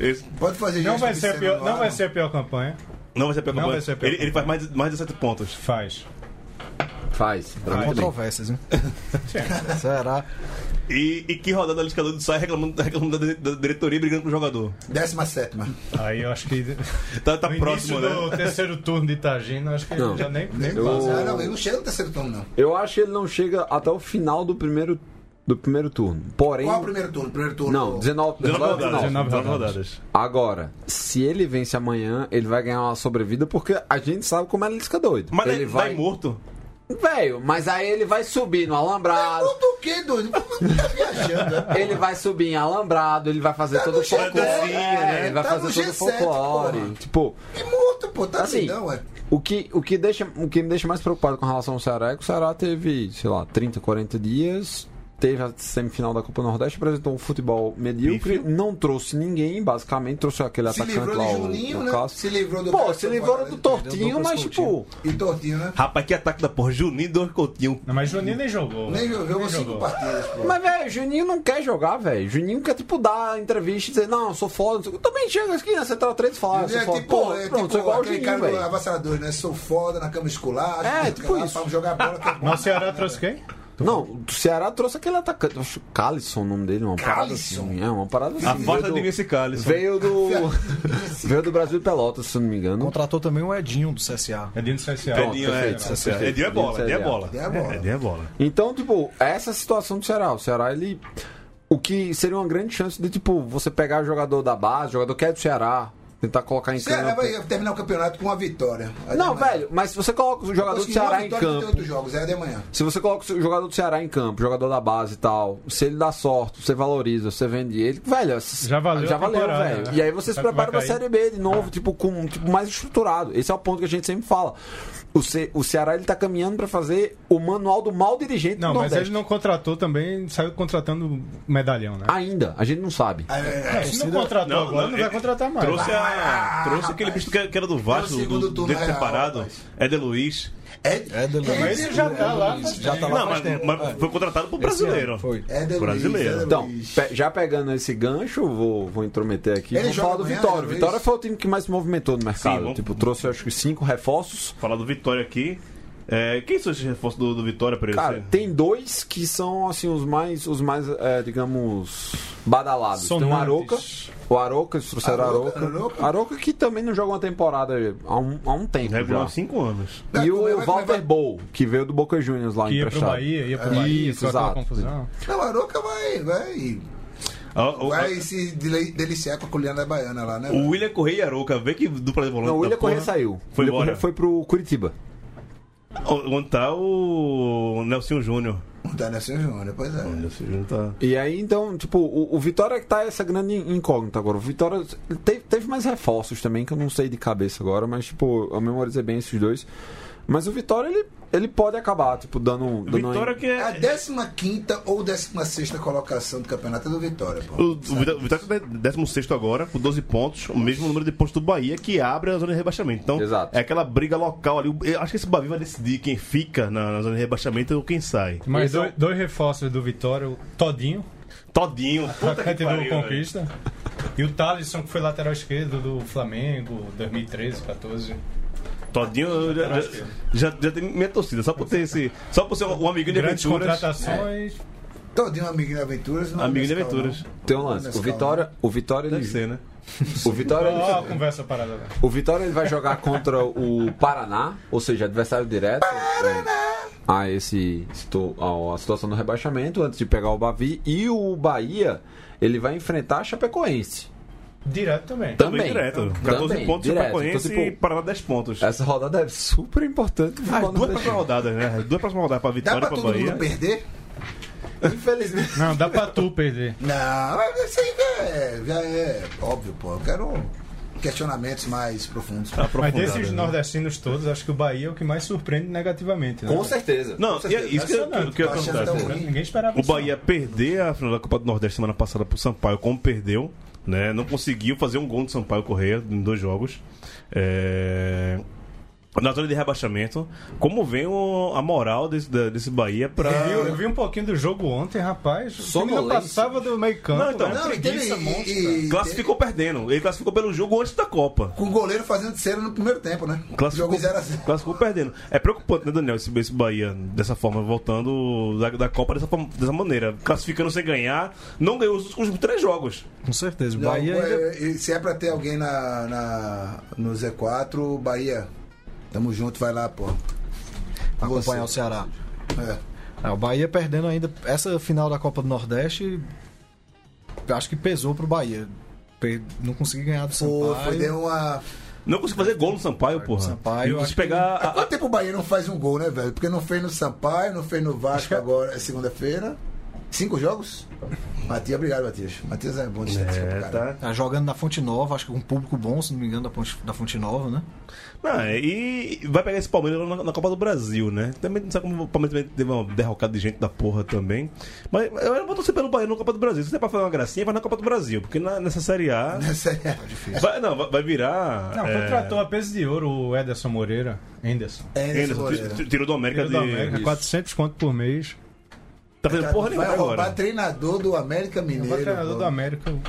S1: Esse-
S4: Pode fazer
S3: Não
S4: gesto
S3: vai,
S4: de
S3: ser a
S4: cena
S3: pior,
S4: no
S3: não
S4: ar,
S3: vai ser a pior campanha.
S1: não vai ser a pior
S3: Não
S1: campanha.
S3: vai ser a pior
S1: ele, ele faz mais, mais 17 pontos.
S3: Faz.
S5: Faz. Pra mim também.
S6: Controvérsias, né? Será?
S1: E, e que rodada o Liscador sai reclamando, reclamando da, dire- da diretoria e brigando com o jogador?
S4: Décima sétima.
S3: Aí eu acho que.
S1: Tá, tá
S3: no
S1: próximo,
S3: início
S1: né?
S3: do terceiro turno de Itagino, acho que
S5: Não.
S3: já nem, nem
S5: Eu-
S3: passa.
S4: Ah, não, ele não chega no terceiro turno, não.
S5: Eu acho que ele não chega até o final do primeiro, do primeiro turno. Porém.
S4: Qual é o primeiro turno? Primeiro turno.
S5: Não,
S1: 19
S5: 19, 19,
S1: rodadas.
S5: 19.
S1: 19
S3: 19
S1: rodadas.
S5: Agora, se ele vence amanhã, ele vai ganhar uma sobrevida, porque a gente sabe como ele fica doido.
S1: Mas
S5: ele
S4: é
S1: ele vai morto.
S5: Velho, mas aí ele vai subir no alambrado.
S4: Puta o quê, doido? Tá viajando, né?
S5: Ele vai subir em alambrado, ele vai fazer
S4: Tá
S5: todo
S4: no
S5: o folclore.
S4: G7,
S5: É,
S4: né?
S5: Ele vai
S4: Tá no
S5: fazer todo o
S4: G7,
S5: folclore.
S4: porra.
S5: Tipo,
S4: Que morto, pô. Tá
S5: Assim,
S4: doidão, ué.
S5: o que, o, que deixa, o que me deixa mais preocupado com relação ao Ceará é que o Ceará teve, sei lá, 30, 40 dias teve a semifinal da Copa Nordeste, apresentou um futebol medíocre, não trouxe ninguém, basicamente, trouxe aquele
S4: Se
S5: atacante
S4: livrou
S5: lá,
S4: de
S5: o,
S4: Juninho,
S5: o
S4: né?
S5: Cássio.
S4: Se livrou do
S5: Pô,
S4: Cássio
S5: se livrou do
S4: Guarani,
S5: Tortinho,
S6: perdeu
S5: mas
S6: dois
S5: tipo,
S4: E Tortinho, né?
S1: Rapaz, que ataque da porra. Juninho e Dor Coutinho.
S3: Não, mas Juninho nem jogou.
S4: Nem
S3: velho.
S4: jogou assim,
S3: Nem
S4: cinco partidas, pô.
S5: Mas, velho, Juninho não quer jogar, velho. Juninho quer, tipo, dar entrevista e dizer, não, eu sou foda. não sei o quê. Também chega aqui na Central 3 e fala, ah, eu
S4: Ele
S5: sou
S4: é
S5: foda.
S4: tipo,
S5: Pô,
S4: é
S5: pronto,
S4: tipo
S5: sou igual o
S4: aquele
S5: Juninho,
S4: cara do
S5: velho.
S4: avassalador, né? Sou foda na cama escolar.
S5: É,
S4: acho que
S5: tipo
S4: cara lá
S5: isso.
S4: Pra jogar bola que é bom.
S3: Mas o Ceará trouxe quem?
S5: Não, o Ceará trouxe aquele atacante, acho que Calisson o nome dele, uma parada
S4: Calisson?
S5: assim. É, uma parada assim.
S1: Afasta
S5: Veio
S1: de mim esse cálice.
S5: do- Veio do. veio do Brasil de Pelotas, se eu não me engano.
S6: Contratou também o Edinho do CSA.
S3: É dentro do CSA.
S5: Pronto,
S1: Edinho, é,
S5: perfeito,
S1: Edinho,
S5: perfeito.
S1: Edinho é bola, Edinho é bola.
S4: Edinho é bola.
S1: Edinho é bola.
S5: Então, tipo, essa é a situação do Ceará. O Ceará, ele. O que seria uma grande chance de, tipo, você pegar jogador da base, jogador que é do Ceará, tentar colocar em
S4: Ceará
S5: campo.
S4: vai terminar o campeonato com uma vitória. Aí
S5: Não,
S4: de manhã.
S5: velho, mas se você coloca o jogador do
S4: Conseguiu uma
S5: Ceará em
S4: vitória em
S5: campo.
S4: todos os jogos, é de manhã.
S5: Se você coloca o jogador do Ceará em campo, jogador da base e tal, se ele dá sorte, você valoriza, você vende ele, velho, s-
S3: Já valeu
S5: já
S3: a
S5: valeu,
S3: temporada,
S5: velho.
S3: né?
S5: E aí você se
S3: Sabe que vai
S5: prepara pra
S3: cair. É.
S5: Série B de novo, tipo, com tipo, mais estruturado. Esse é o ponto que a gente sempre fala. O, Ce- o Ceará ele tá caminhando pra fazer o manual do mal dirigente
S3: Não,
S5: do
S3: mas
S5: Nordeste.
S3: ele não contratou também, saiu contratando medalhão, né?
S5: Ainda, a gente não sabe.
S4: Aí, é, é,
S3: Se não contratou
S1: Não,
S3: agora,
S1: não,
S3: não, vai
S1: ele-
S3: contratar mais.
S1: Trouxe, a, trouxe aquele bicho que que era do Vasco,
S4: É o
S1: do,
S4: segundo
S1: do, do
S4: turno,
S1: dentro
S4: é,
S1: separado,
S4: rapaz.
S1: Éder Luiz.
S4: é,
S6: Éder Luiz.
S3: Mas ele já tá lá. faz
S6: Já tá
S3: tempo.
S6: lá
S1: Não,
S6: faz
S1: mas,
S6: tempo.
S1: mas foi contratado pro brasileiro.
S6: ano foi.
S4: é de
S1: Brasileiro.
S4: Luiz, é de
S5: Então,
S4: Luiz.
S5: pe- já pegando esse gancho, vou, vou intrometer aqui.
S4: Ele
S5: Vamos
S4: joga
S5: falar do
S4: amanhã, é
S5: Vitória.
S4: Luiz?
S5: Vitória foi o time que mais se movimentou no mercado.
S1: vamos-
S5: Tipo, trouxe acho que cinco reforços.
S1: Falar do Vitória aqui. É, quem são esses reforços do, do Vitória, Pereira?
S5: Cara,
S1: Você-
S5: tem dois que são assim os mais, os mais, é, digamos, badalados. Tem o Aroca,
S3: Sonantes.
S5: o Aroca, eles trouxeram
S4: Aroca,
S5: Aroca.
S4: Aroca.
S5: Aroca que também não joga uma temporada há um, há um tempo
S1: Regular
S5: já.
S1: cinco anos.
S5: E
S4: Mas
S5: o
S4: vai-
S5: Walter
S4: vai-
S5: Bow, que veio do Boca Juniors lá
S3: Que ia pro
S5: emprestado.
S3: Bahia, ia pro Bahia,
S5: tá Isso,
S3: ficou aquela
S5: exato.
S3: confusão.
S4: Não, a Aroca vai, vai.
S1: Ah, o-
S4: Vai se dele- deliciar com a colher da baiana lá, né?
S1: O William Correia e Arouca, vê que dupla de volante.
S5: Não,
S1: da
S5: o William
S1: porra.
S5: Corrêa saiu.
S1: Foi
S5: o William
S1: embora.
S5: Corrêa foi pro Curitiba.
S1: O- Onde tá o Nelson Júnior?
S4: Não tá nessa Júnior, pois é.
S1: O Nelson Júnior tá.
S5: E aí, então, tipo, o, o Vitória que tá essa grande incógnita agora. O Vitória teve, teve mais reforços também, que eu não sei de cabeça agora, mas, tipo, eu memorizei bem esses dois. Mas o Vitória, ele, ele pode acabar, tipo, dando. dando
S1: Vitória que
S4: A
S1: é.
S4: 15 ou 16 colocação do campeonato é do Vitória, pô.
S1: O, o Vitória o Vitória tá em 16 agora, com 12 pontos, o mesmo número de pontos do Bahia, que abre a zona de rebaixamento. Então,
S5: Exato.
S1: é aquela briga local ali. Eu acho que esse Bavi vai decidir quem fica na, na zona de rebaixamento ou quem sai.
S3: Mas dois, dois reforços do Vitória, o Todinho,
S1: Todinho, puta que
S3: atacante do
S1: pariu, velho.
S3: Conquista, e o Thalisson, que foi lateral esquerdo do Flamengo, 2013, 14.
S1: Todinho eu já, já, já, já tem minha torcida, só por ter esse. Só por ser um amiguinho de
S3: Grandes
S1: aventuras.
S3: contratações.
S4: Todinho amigo de aventuras. Não
S1: Amigo de
S4: nesse carro,
S1: aventuras.
S4: não.
S5: Tem um lance. O Vitória. O Vitória.
S1: Deve
S5: Ele,
S1: ser, né?
S5: o Vitória.
S3: Olha lá a
S5: Ele,
S3: conversa parada lá.
S5: o Vitória ele vai jogar contra o Paraná, ou seja, adversário direto. é, A, esse, situ- ao- a situação do rebaixamento, antes de pegar o Bavi. E o Bahia, ele vai enfrentar a Chapecoense.
S3: Direto também.
S1: Tá.
S5: Também.
S1: direto. 14
S5: Também,
S1: pontos
S5: direto.
S1: para Conhece
S5: Então,
S1: e
S5: tipo,
S1: Paraná 10 pontos.
S5: Essa rodada é super importante. pro
S1: As
S5: futebol
S1: duas
S5: nordestino.
S1: próximas rodadas, né? As duas próximas rodadas pra
S4: Dá
S1: Vitória e
S4: pra
S1: pra
S4: todo
S1: Bahia.
S4: mundo perder?
S5: Infelizmente.
S3: Não, dá pra tu perder.
S4: Não, mas isso aí já é, já é óbvio, pô. Eu quero questionamentos mais profundos. pô.
S3: Mas
S1: Aprofundada,
S3: desses
S1: né?
S3: nordestinos todos, acho que o Bahia é o que mais surpreende negativamente. Né?
S5: Com certeza.
S1: Não, e é isso que eu, que, que eu ia
S4: Tá achando
S1: perguntar.
S4: tão
S1: assim.
S4: ruim.
S3: Ninguém esperava
S1: O
S3: isso,
S1: Bahia perder a final da Copa do Nordeste semana passada pro Sampaio, como perdeu, né? Não conseguiu fazer um gol do Sampaio Correia em dois jogos. É... Na zona de rebaixamento, como vem o- a moral desse, da- desse Bahia pra.
S3: Eu, eu vi um pouquinho do jogo ontem, rapaz. O time não
S5: Sonolência.
S3: passava do meio campo.
S1: Não, então,
S3: né?
S4: Não, e teve-
S3: preguiça, monstro.
S4: e- e-
S1: Classificou perdendo. Ele classificou pelo jogo antes da Copa.
S4: Com o goleiro fazendo cera no primeiro tempo, né?
S1: Classificou,
S4: Jogo 0x0.
S1: classificou perdendo. É preocupante, né, Daniel, esse, esse Bahia dessa forma, voltando da, da Copa dessa, forma- dessa maneira. Classificando sem ganhar, não ganhou os últimos três jogos.
S6: Com certeza. O Bahia ainda...
S4: Se é pra ter alguém na, na- no Z4, o Bahia. Tamo junto, vai lá, pô.
S6: pra
S4: Você.
S6: acompanhar o Ceará.
S4: É.
S6: É, o Bahia perdendo ainda. Essa final da Copa do Nordeste. Acho que pesou pro Bahia. Per- Não consegui ganhar do
S4: Pô,
S6: Sampaio.
S4: foi deu uma.
S1: Não conseguiu fazer gol no Sampaio, porra.
S6: Sampaio,
S1: e
S6: acho
S1: se
S6: que-
S1: pegar.
S4: Há
S1: a- a-
S4: quanto tempo o Bahia não faz um gol, né, velho? Porque não fez no Sampaio, não fez no Vasco agora, é segunda-feira. Cinco jogos? Matias, obrigado, Matias. Matias é bom de estatística
S1: É,
S4: pra caralho.
S1: tá.
S6: Tá jogando na Fonte Nova, acho que com um público bom, se não me engano, da Fonte, da Fonte Nova, né?
S1: Não, é, e vai pegar esse Palmeiras na, na Copa do Brasil, né? Também não sabe como o Palmeiras também teve uma derrocada de gente da porra também. Mas eu não vou torcer pelo Bahia na Copa do Brasil. Se você é pra fazer uma gracinha, vai na Copa do Brasil. Porque na- nessa Série A.
S4: Sério.
S1: Vai, não, vai- vai virar.
S3: é Não,
S1: é,
S3: contratou a peso de ouro o Ederson Moreira. Henderson.
S4: É, Anderson
S1: Henderson,
S4: Moreira.
S1: ti- tirou do América
S3: Filho
S1: de.
S3: da América,
S1: Isso.
S3: 400 conto por mês.
S1: Tá fazendo porra nenhuma
S4: é, Vai roubar
S1: agora.
S4: treinador do América Mineiro.
S3: Agora treinador
S4: pô.
S3: do América. um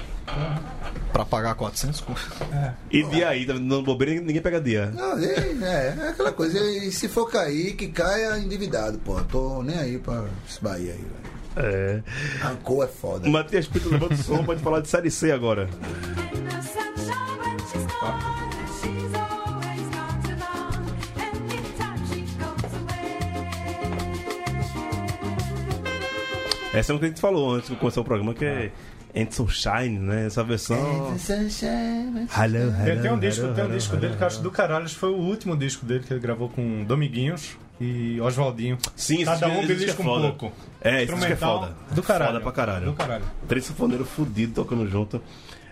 S6: Pra pagar 400 conto.
S1: E de aí, tá dando bobeira ninguém- ninguém pega dia.
S4: Não, é, é aquela coisa. E se for cair, que caia endividado, pô. Tô nem aí pra esse Bahia aí, velho.
S1: É.
S4: Rancor é foda.
S1: Matias Pinto levanta o som, pode falar de Série C agora. Essa é uma que a gente falou antes de começar o programa, que é
S3: Ah.
S1: Anderson Shine, né? Essa versão. Hello,
S3: Tem, tem um
S1: hello,
S3: disco,
S1: hello,
S3: tem um
S1: hello,
S3: disco dele que eu acho do caralho. Foi o último disco dele que ele gravou com Dominguinhos e Oswaldinho.
S1: Sim, esse
S3: Cada
S1: disco-
S3: um
S1: esse
S3: belisca
S1: disco é
S3: um
S1: foda.
S3: pouco.
S1: É, esse disco é
S3: Instrumental
S1: foda.
S3: Do caralho.
S1: Foda pra caralho.
S3: Do caralho.
S1: Três sanfoneiros fudidos tocando junto.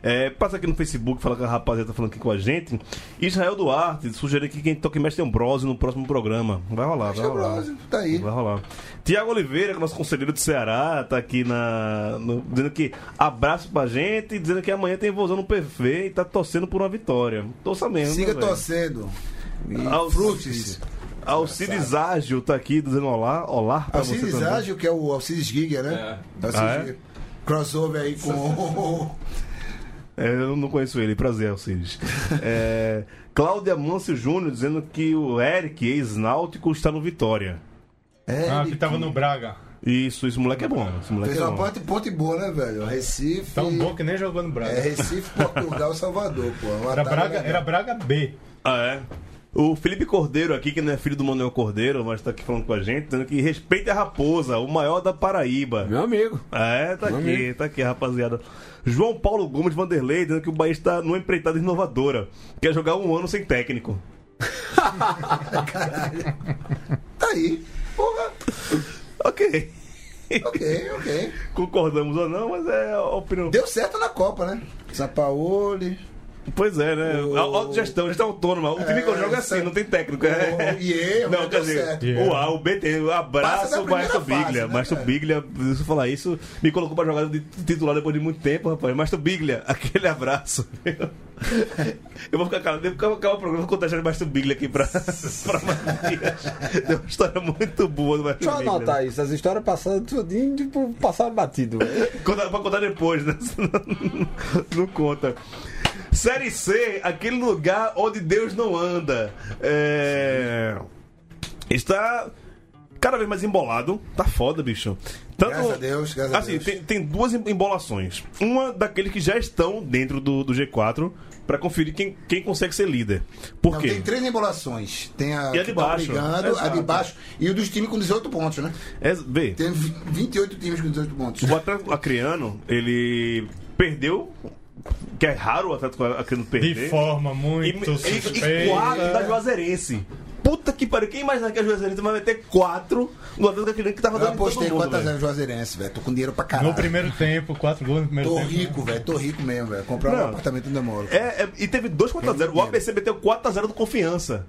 S1: É, passa aqui no Facebook, fala que a rapaziada tá falando aqui com a gente. Israel Duarte sugeriu que quem toque Mestre Ambrosio no próximo programa. Vai rolar, vai rolar.
S4: Ambrosio, tá aí.
S1: Vai rolar. Tiago Oliveira, que é nosso conselheiro do Ceará, tá aqui na, no- dizendo que abraço pra gente, dizendo que amanhã tem vozão no PV e tá torcendo por uma vitória. Torça mesmo. né,
S4: Siga
S1: velho?
S4: torcendo. E
S1: Alcides.
S4: Frutes.
S3: Tá
S1: Alcides Ágil tá aqui dizendo olá, olá pra você
S4: Alcides
S1: também.
S4: Ágil, que é o Alcides Giga, né? Alcides
S1: Ah, é?
S4: Giga. Crossover aí com.
S1: É, eu não conheço ele, prazer, Alcides. É, Cláudia Mancio Júnior dizendo que o Eric, ex-náutico, está no Vitória.
S4: É,
S3: Ah,
S4: ele
S3: que tava no Braga.
S1: Isso, esse moleque é bom. Esse moleque
S4: Fez
S1: é
S4: uma
S1: bom.
S4: ponte, ponte boa, né, velho? Recife.
S3: Tão Tá bom que um nem jogou no Braga.
S4: É Recife, Portugal, Salvador, pô. Uma
S5: tá
S3: Era
S4: tarde
S3: Braga,
S4: legal.
S3: era Braga B.
S1: Ah, é? O Felipe Cordeiro aqui, que não é filho do Manuel Cordeiro, mas tá aqui falando com a gente, dizendo que respeita a raposa, o maior da Paraíba.
S5: Meu amigo.
S1: É, tá aqui, tá aqui, rapaziada. João Paulo Gomes Vanderlei dizendo que o Bahia está numa empreitada inovadora. Quer jogar um ano sem técnico.
S4: Tá aí. Porra,
S1: Ok.
S4: ok, ok.
S1: Concordamos ou não, mas é a opinião.
S4: Deu certo na Copa, né? Sampaoli.
S1: Pois é, né?
S4: O-
S1: A autogestão, gestão autônoma. O time que eu jogo é assim,
S4: essa-
S1: não tem técnico. É.
S4: O- e erro,
S1: não,
S4: mas
S1: quer
S4: deu
S1: dizer,
S4: certo.
S1: o A, o B tem.
S4: Passa
S1: Abraço,
S4: da
S1: o Maestro
S4: primeira
S1: Biglia.
S4: fase, né,
S1: Maestro
S4: cara?
S1: Biglia, se eu falar isso, me colocou pra jogar de titular depois de muito tempo, rapaz. Maestro Biglia, aquele abraço. Eu vou ficar calado, devo acabar acabar o programa, vou contar a história do Maestro Biglia aqui pra, pra Matias. Deu uma história muito boa do Maestro
S5: Deixa eu
S1: Biglia. né?
S5: anotar isso. As histórias passadas tudinho, tipo, passaram batido. velho.
S1: Contar, pra contar depois, né? Senão não conta. Série C, aquele lugar onde Deus não anda. É... Está cada vez mais embolado. Tá foda, bicho. Tanto...
S4: Graças a Deus, graças a
S1: assim,
S4: Deus.
S1: Tem, tem duas em- embolações. Uma daqueles que já estão dentro do, do G4 pra conferir quem, quem consegue ser líder. Por
S4: Não,
S1: quê?
S4: tem três embolações. Tem a,
S1: E a de
S4: que tá
S1: baixo.
S4: brigando, a
S1: Exato.
S4: de baixo. E o dos times com 18 pontos, né?
S1: É, vê,
S4: Tem vi- 28 times com 18 pontos.
S1: O Atlético Acreano, ele perdeu, que é raro o Atlético Acreano
S3: De
S1: perder.
S3: forma
S1: E,
S3: muito
S1: e, e quatro da
S3: suspeita.
S1: Juazeirense. Puta que pariu, quem imaginar que a Juazeirense vai meter quatro no Atlético Acreano que tava
S4: Eu
S1: dando em todo
S4: apostei
S1: mundo,
S4: quantas
S1: velho.
S4: anos Juazeirense, velho. Tô com dinheiro pra caralho.
S3: No primeiro tempo, quatro gols no primeiro
S4: Tô
S3: tempo.
S4: rico, velho. Tô rico mesmo, velho. Comprar
S1: Não.
S4: um apartamento no Demolo.
S1: É, é, e teve 2x0. O ABC meteu 4x0 do Confiança.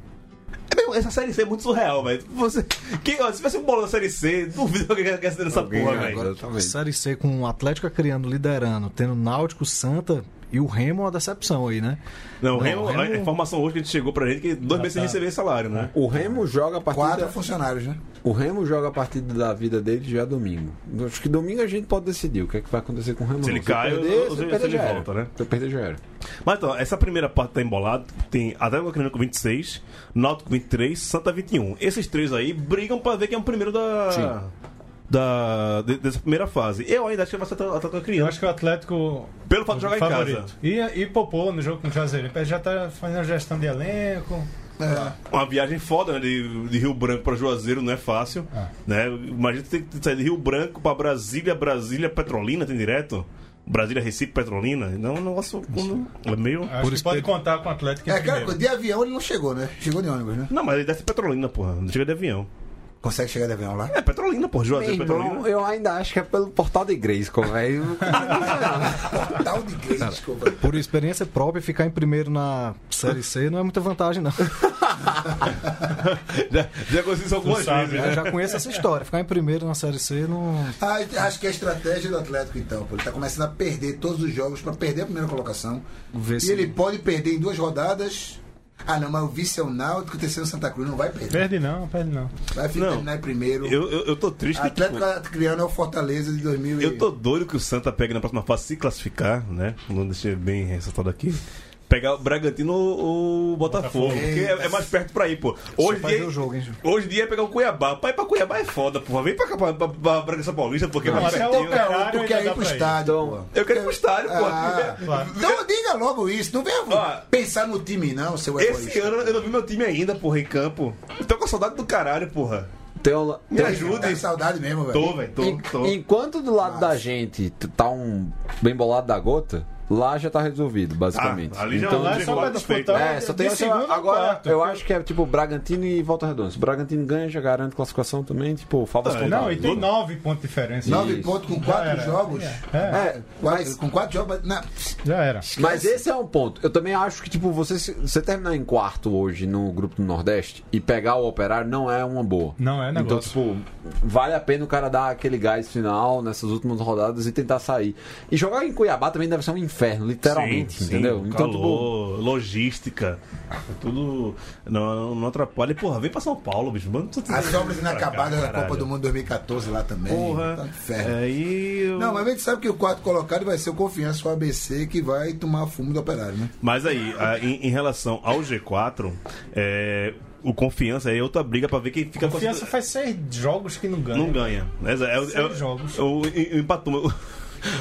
S1: É mesmo, essa série C é muito surreal, velho. Você, quem, ó, se tivesse um bolão da série C, duvido que alguém quer- quer ser nessa porra, velho.
S5: Exatamente.
S6: Série C com o Atlético Acreano liderando, tendo Náutico, Santa e o Remo uma decepção aí, né?
S1: Não, o
S6: Não,
S1: Remo,
S6: Remo-
S1: a informação hoje que a gente chegou pra gente que dois meses sem receber salário, né?
S5: O Remo joga a partir
S1: então.
S4: Quatro
S5: da,
S4: funcionários, né?
S5: O Remo joga a partida da vida dele já domingo. Acho que domingo a gente pode decidir o que é que vai acontecer com o Remo.
S1: Se ele
S5: não. eu
S1: cai,
S5: perder,
S1: eu- eu-
S5: se
S1: eu-
S5: perder
S1: se ele
S5: já era.
S1: volta, né?
S5: Se eu perder já era.
S1: Mas então, essa primeira parte tá embolada. Tem Atlético Acreano com 26, Náutico com 23, Santa 21. Esses três aí brigam pra ver quem é o primeiro da. Da, de- dessa primeira fase. Eu ainda acho que vai ser Atlético
S3: Eu
S1: Acreano.
S3: acho que o Atlético.
S1: Pelo fato de jogar em casa.
S3: E, e popou no jogo com o Juazeirense. Já tá fazendo gestão de elenco.
S1: Uma viagem foda, né? De, de Rio Branco pra Juazeiro não é fácil.
S3: Ah.
S1: Né? Imagina você ter que sair de Rio Branco pra Brasília, Brasília, Petrolina, tem direto? Brasília, Recife, Petrolina. Não, é um negócio. não- É meio.
S3: Acho que pode contar com o Atlético. em
S4: É aquela coisa,
S3: primeiro.
S4: de avião ele não chegou, né? Chegou de ônibus, né?
S1: Não, mas ele desce em Petrolina, porra. Não chega de avião.
S4: Consegue chegar de avião lá?
S1: É Petrolina, pô, Juazeiro
S5: Meu irmão,
S1: Petrolina.
S5: eu ainda acho que é pelo portal de é, Grayskull, velho.
S4: Tal de inglês, desculpa.
S6: Por experiência própria, ficar em primeiro na Série C não é muita vantagem, não.
S1: Já, já consegui isso algumas
S3: sabe,
S1: vezes,
S6: Eu
S1: né?
S6: já conheço essa história. Ficar em primeiro na Série C não.
S4: Ah, acho que é a estratégia do Atlético, então, pô. Ele tá começando a perder todos os jogos pra perder a primeira colocação.
S6: Vê
S4: e
S6: se-
S4: ele pode perder em duas rodadas. Ah, não, mas o vice é o Náutico, o terceiro é o Santa Cruz. Não vai perder.
S3: Perde não, perde não.
S4: Vai
S1: Não.
S4: terminar em primeiro.
S1: Eu, eu, eu tô triste. que,
S4: Atlético
S1: tipo,
S4: Criano é o Fortaleza de 2000. e-
S1: eu tô doido que o Santa pegue na próxima fase se classificar, né? Não deixei bem ressaltado aqui. Pegar o Bragantino ou o Botafogo. Porque é, é mais perto pra ir, pô. Hoje
S6: Só fazer
S1: dia,
S6: o jogo, hein, Ju?
S1: hoje dia é pegar o Cuiabá. Pai pra Cuiabá é foda, porra. Vem pra cá pra, pra, pra Bragança Paulista, é porque
S3: Não, é
S1: vai
S3: até
S1: pertinho.
S3: o
S4: Tu
S3: Operário ainda
S5: é
S4: quer ir
S3: dá
S4: pro
S3: pra ir.
S4: estádio,
S5: Então,
S4: pô.
S1: Eu quero ir pro estádio, pô.
S4: Ah,
S3: Claro.
S4: Então diga logo isso. Não venha
S1: Ó,
S4: pensar no time, não, seu
S1: Esse
S4: egoísta.
S1: ano eu não vi meu time ainda, porra, em campo. Eu Tô com saudade do caralho, porra.
S5: Tem um,
S1: Me ajuda.
S4: Tá saudade mesmo, velho.
S1: Tô, velho, tô, tô.
S5: Enquanto do lado da gente t- tá um bem bolado da gota, lá já tá resolvido, basicamente.
S1: Ah, ali já
S5: então,
S1: lá
S3: Lá é só pra disputar.
S5: é, só tem
S3: de
S5: essa,
S3: segundo a
S5: agora
S3: quarto.
S5: eu acho que é tipo Bragantino e Volta Redonda. Se o Bragantino ganha, já garante classificação também, tipo, Favas
S1: Ah,
S3: Não, e tem
S5: não.
S3: nove pontos de diferença.
S4: Nove
S5: Isso.
S4: pontos com quatro
S3: era.
S4: jogos.
S3: É,
S5: É,
S4: Quatro-
S5: mas
S4: Com quatro jogos. na-
S3: já era.
S5: Mas esse é um ponto. Eu também acho que, tipo, você, se- você terminar em quarto hoje no grupo do Nordeste e pegar o operário não é uma boa.
S3: Não é
S5: Então,
S3: negócio.
S5: tipo, vale a pena o cara dar aquele gás final nessas últimas rodadas e tentar sair. E jogar em Cuiabá também deve ser um inferno, literalmente,
S1: Sim, sim,
S5: entendeu? então, tipo,
S1: calor, logística, tudo não, não atrapalha. E, Porra, vem pra São Paulo, bicho. Mano,
S4: As obras inacabadas da Copa do
S1: Mundo.
S4: Mundo 2014 lá também. Tá
S1: Porra,
S4: um inferno.
S1: aí... É, eu-
S4: Não, mas a gente sabe que o quarto colocado vai ser o Confiança, o ABC, que vai tomar fumo do operário, né?
S1: Mas aí, a- em, em relação ao G4, é, o Confiança aí é outra briga pra ver quem fica com a-
S3: Confiança faz seis jogos que não ganha.
S1: Não ganha. É, é, é,
S3: Seis jogos.
S1: é o, o- o empatou.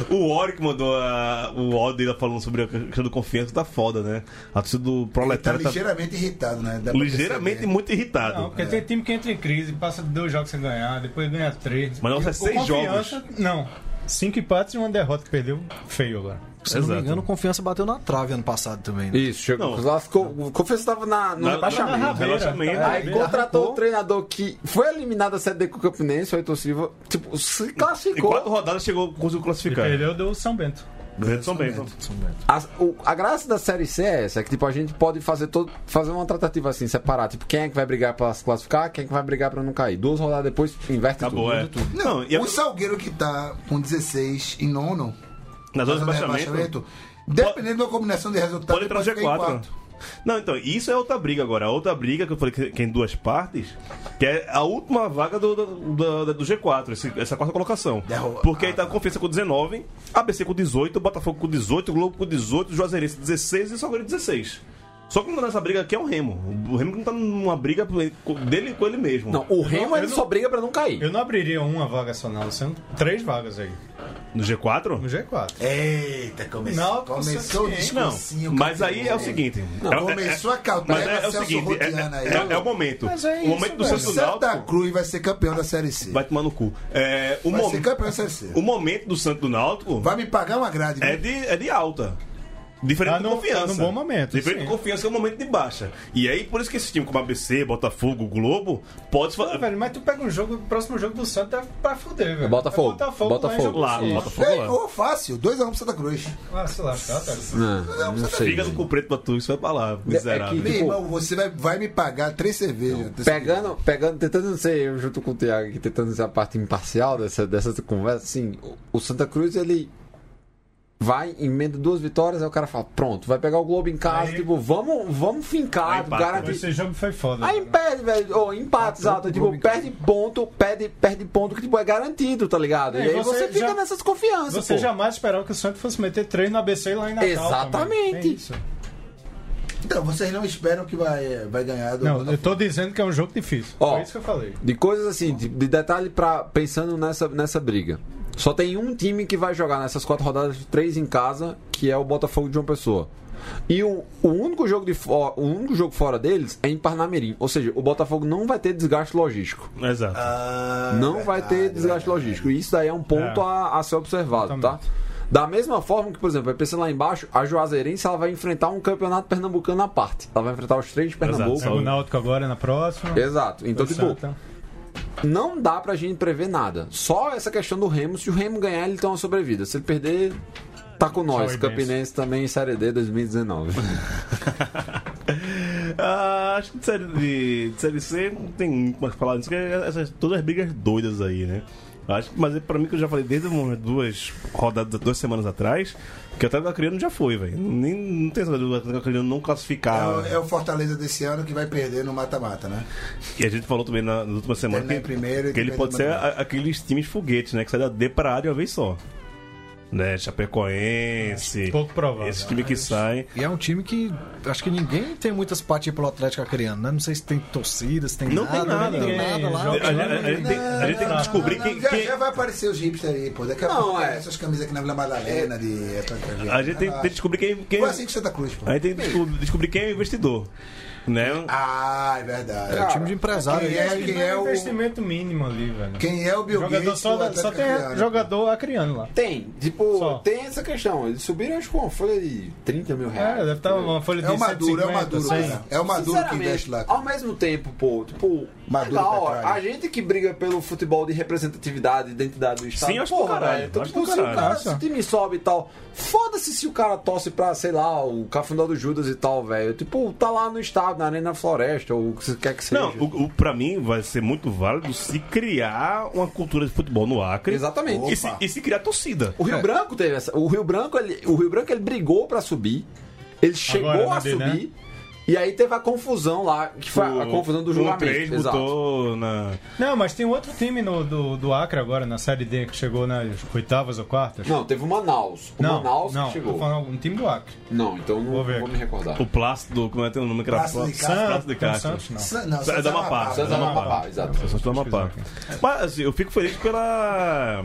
S1: O Ori que mandou a, o áudio dele falando sobre a questão do confiança tá foda, né? A torcida do
S4: Tá
S1: proletário tá
S4: ligeiramente irritado, né? Dá pra
S1: ligeiramente
S4: perceber.
S1: muito irritado.
S3: Não, porque tem time que entra em crise, passa dois jogos sem ganhar, depois ganha três.
S1: Mas não,
S3: E
S1: é
S3: o
S1: seis
S3: Confiança, Não. Cinco empates e uma derrota que perdeu feio agora.
S6: Se eu não me
S1: Exato.
S6: engano, o Confiança bateu na trave ano passado também. Né?
S5: isso, chegou.
S1: Não.
S5: Lá ficou, confesso que tava na, no
S1: Na-
S5: rebaixamento.
S1: na- na- Relaxamento.
S3: tá na
S5: Aí
S3: rabeira.
S5: contratou o treinador que foi eliminado da Série D com o Campinense, o Heitor Silva, tipo, se
S1: Em
S5: classificou.
S1: quatro rodadas chegou, conseguiu
S3: E
S1: classificar.
S3: perdeu do São Bento.
S1: Grande São Bento.
S5: A, o- a graça da série C é essa, é que tipo, a gente pode fazer todo, fazer uma tratativa assim, separar, tipo, quem é que vai brigar pra se classificar, quem é que vai brigar pra não cair. Duas rodadas depois, inverte
S1: Acabou,
S5: tudo.
S1: é. Não, e a,
S4: O Salgueiro que tá com 16 em nono,
S1: na zona de
S4: fazendo
S1: rebaixamento, tá
S4: rebaixamento, dependendo da combinação de resultado,
S1: pode entrar no
S4: pode ficar em
S1: G4.
S4: quarto.
S1: Não, então, isso é outra briga agora. A outra briga que eu falei que que é em duas partes, que é a última vaga do, do, do- do G4, esse- essa quarta colocação.
S4: Derro-
S1: Porque aí tá a Confiança com 19, ABC com 18, Botafogo com 18, Globo com 18, Juazeirense 16 e Salgueiro 16. Só que nessa briga aqui é o Remo. O Remo não tá numa briga com- dele com ele mesmo.
S5: Não, o Remo
S3: não-
S5: ele
S3: eu
S5: só
S3: não-
S5: briga pra não cair.
S3: Eu não abriria uma vaga só, não. Sendo três vagas aí.
S1: No G4?
S3: No G4.
S1: É.
S4: Eita, começou,
S3: Não,
S4: começou o discursinho.
S1: Não, mas
S4: campeão.
S1: aí é o seguinte. é- é-
S4: começou a cautela
S1: Mas é, é o
S4: Celso
S1: seguinte, é,
S4: Rotiana aí.
S1: é- é- é o momento.
S3: Mas é
S1: o momento
S3: isso,
S1: do
S3: velho.
S4: O
S1: Santos
S4: Santa
S1: Náutico
S4: Cruz vai ser campeão da Série C.
S1: vai tomar no cu. É, o,
S4: Vai
S1: mom-
S4: ser campeão da Série C.
S1: o momento do Santos do Náutico
S4: Vai me pagar uma grade. né?
S1: é
S4: viu?
S1: de, é de alta. Diferente
S3: Tá
S1: do
S3: num-
S1: confiança.
S3: tá num bom momento,
S1: Diferente
S3: sim.
S1: do confiança é um momento de baixa. E aí, por isso que esse time como ABC, Botafogo, Globo, pode
S3: Pô,
S1: fazer.
S3: velho, mas tu pega um jogo, o próximo jogo do Santos é pra foder, velho.
S5: Botafogo.
S3: É Botafogo,
S5: Botafogo.
S1: Lá,
S5: Isso.
S1: Botafogo
S4: É,
S1: lá.
S4: ô, fácil, 2x1 pro Santa Cruz.
S3: Ah, se lascar, velho.
S5: Não, não, sei.
S1: Fica no cu preto pra tu, isso vai pra
S4: É,
S1: lá, miserável.
S5: que-
S4: Meu
S5: Tipo-
S4: irmão, você vai, vai me pagar três
S1: Então,
S4: cervejas. Três
S5: Pegando, pegando, tentando ser, eu junto com o Thiago aqui, tentando ser a parte imparcial dessa, dessa conversa, assim, o, o Santa Cruz, ele vai, emenda duas vitórias, aí o cara fala, pronto, vai pegar o Globo em casa,
S3: Aí-
S5: tipo, vamos, vamos
S1: Aí
S5: fincar,
S1: empata.
S5: garantir.
S3: Esse jogo foi foda.
S5: Aí
S3: velho.
S5: perde, velho. Ou empate, exato. Tipo, perde ponto, perde, perde ponto que tipo, é garantido, tá ligado?
S3: É,
S5: e aí
S3: você
S5: você fica
S3: já-
S5: nessas confianças.
S3: Você
S5: pô.
S3: jamais esperava que o Santos fosse meter três no ABC lá em Natal.
S5: Exatamente.
S3: também. Tem isso.
S4: cervejas. Então, vocês não esperam que vai, vai ganhar do
S3: Não,
S4: do-
S3: eu tô dizendo que é um jogo difícil.
S5: Ó.
S3: Foi isso que eu falei.
S5: De coisas assim, de, de detalhe pra, pensando nessa, nessa briga. Só tem um time que vai jogar nessas quatro rodadas, três em casa, que é o Botafogo de João Pessoa. E o, o único jogo de fo- o único jogo fora deles é em Parnamirim. Ou seja, o Botafogo não vai ter desgaste logístico.
S1: Exato.
S4: Ah,
S5: não vai ter
S4: verdade,
S5: desgaste
S4: verdade.
S5: logístico. E isso daí é um ponto
S3: É.
S5: a, a ser observado, tá?
S3: Exatamente.
S5: Da mesma forma que, por exemplo, vai pensando lá embaixo, a Juazeirense ela vai enfrentar um campeonato pernambucano à parte. Ela vai enfrentar os três de Pernambuco.
S3: Pega É o Náutico agora na próxima.
S5: Exato. Então,
S3: O
S5: tipo,
S3: Santa.
S5: não dá pra gente prever nada. Só essa questão do Remo, se o Remo ganhar, ele tem uma sobrevida. Se ele perder, tá com nós.
S3: Tchau,
S5: Campinense também em Série D 2019.
S1: Ah, acho que de série, de, de série C não tem muito mais pra falar disso, que é essas, todas as brigas doidas aí, né? Acho que, mas é pra mim que eu já falei desde umas duas rodadas, duas semanas atrás, que até o Acreano já foi, velho. Nem- Não tem essa do Acreano não
S4: É,
S1: classificar.
S4: o- é o Fortaleza desse ano que vai perder no mata-mata, né?
S1: E a gente falou também na, na última semana
S4: Terminar
S1: que,
S4: em primeiro e
S1: que ele
S4: depois
S1: pode ser
S4: terminar.
S1: a- aqueles times foguetes, né? Que sai da D pra A de uma vez só. Né? Chapecoense.
S3: Pouco provável.
S1: Esse time que sai.
S6: E é um time que acho que ninguém tem muita simpatia pelo Atlético Acreano, né? Não sei se tem torcida, se tem
S1: Não
S6: nada.
S1: tem nada.
S6: né?
S3: Ninguém,
S6: lá.
S3: joga-
S1: A gente, a gente tem, a gente tem que descobrir
S4: Ah, Não,
S1: quem.
S4: já,
S1: quem-
S4: já vai aparecer os hipster aí, pô. Daqui a
S5: Não,
S4: pouco
S5: é.
S4: aparecem essas camisas aqui na Vila Madalena de
S1: É, A gente tem, tem que
S4: Relaxa.
S1: descobrir quem. quem
S4: Foi assim que Santa Cruz, pô.
S1: a gente tem que desco- descobrir quem é o investidor. Né?
S4: Ah, é verdade.
S6: É o time de empresário.
S4: quem
S6: né?
S4: é, quem é o
S3: um investimento mínimo ali, velho.
S4: quem é o Bill
S3: jogador
S4: Gates?
S3: só,
S4: do
S3: da-
S4: Atlético
S3: só tem
S4: Acreano, pô?
S3: jogador acriano lá.
S5: tem, tipo,
S3: Só.
S5: tem essa questão. Eles subiram, acho que uma folha de 30 mil reais.
S3: É, deve estar uma folha de
S4: É o Maduro, é o
S3: 150,
S4: Maduro,
S3: 100.
S4: cara. É o Maduro que
S5: Sinceramente,
S4: investe lá.
S5: Ao mesmo tempo, pô, tipo,
S4: Maduro
S5: legal, ó,
S4: Petróleo.
S5: a gente que briga pelo futebol de representatividade, identidade do Estado.
S1: Sim, eu acho do caralho,
S5: velho, então,
S1: eu acho
S5: tipo,
S1: do
S5: se o
S1: caralho.
S5: cara, se o time sobe e tal, foda-se se o cara tosse pra, sei lá, o Cafundó do Judas e tal, velho. Tipo, tá lá no Estado, na Arena Floresta, ou o que quer que seja.
S1: Não, o, o, pra mim vai ser muito válido se criar uma cultura de futebol no Acre.
S5: Exatamente.
S1: E se, e se criar torcida.
S4: Oh, é.
S5: O Rio Branco teve essa. O Rio Branco, ele, o Rio Branco, ele brigou pra subir. Ele chegou
S3: na
S5: a
S3: D,
S5: subir.
S3: né?
S5: E aí teve a confusão lá, que foi a confusão do
S1: João
S5: julgamento.
S1: 3
S5: exato.
S1: botou na.
S3: Não, mas tem outro time no, do, do Acre agora, na Série D, que chegou nas oitavas ou quartas.
S5: Não, teve o Manaus. O
S3: não,
S5: Manaus
S3: não,
S5: que chegou.
S3: tô falando um time do Acre.
S5: Não, então não
S3: Vou
S5: vou,
S3: ver aqui.
S5: me recordar.
S1: O Plácido, como é que tem o nome que era?
S4: Plácido de
S1: Plácido
S3: Santos,
S1: de
S3: não,
S1: Castro.
S3: Ah, Santos não.
S4: Não,
S1: É da Amapá.
S4: Amapá.
S5: Santos é do Amapá, exato.
S1: Só se toma pá. Mas assim, eu fico feliz pela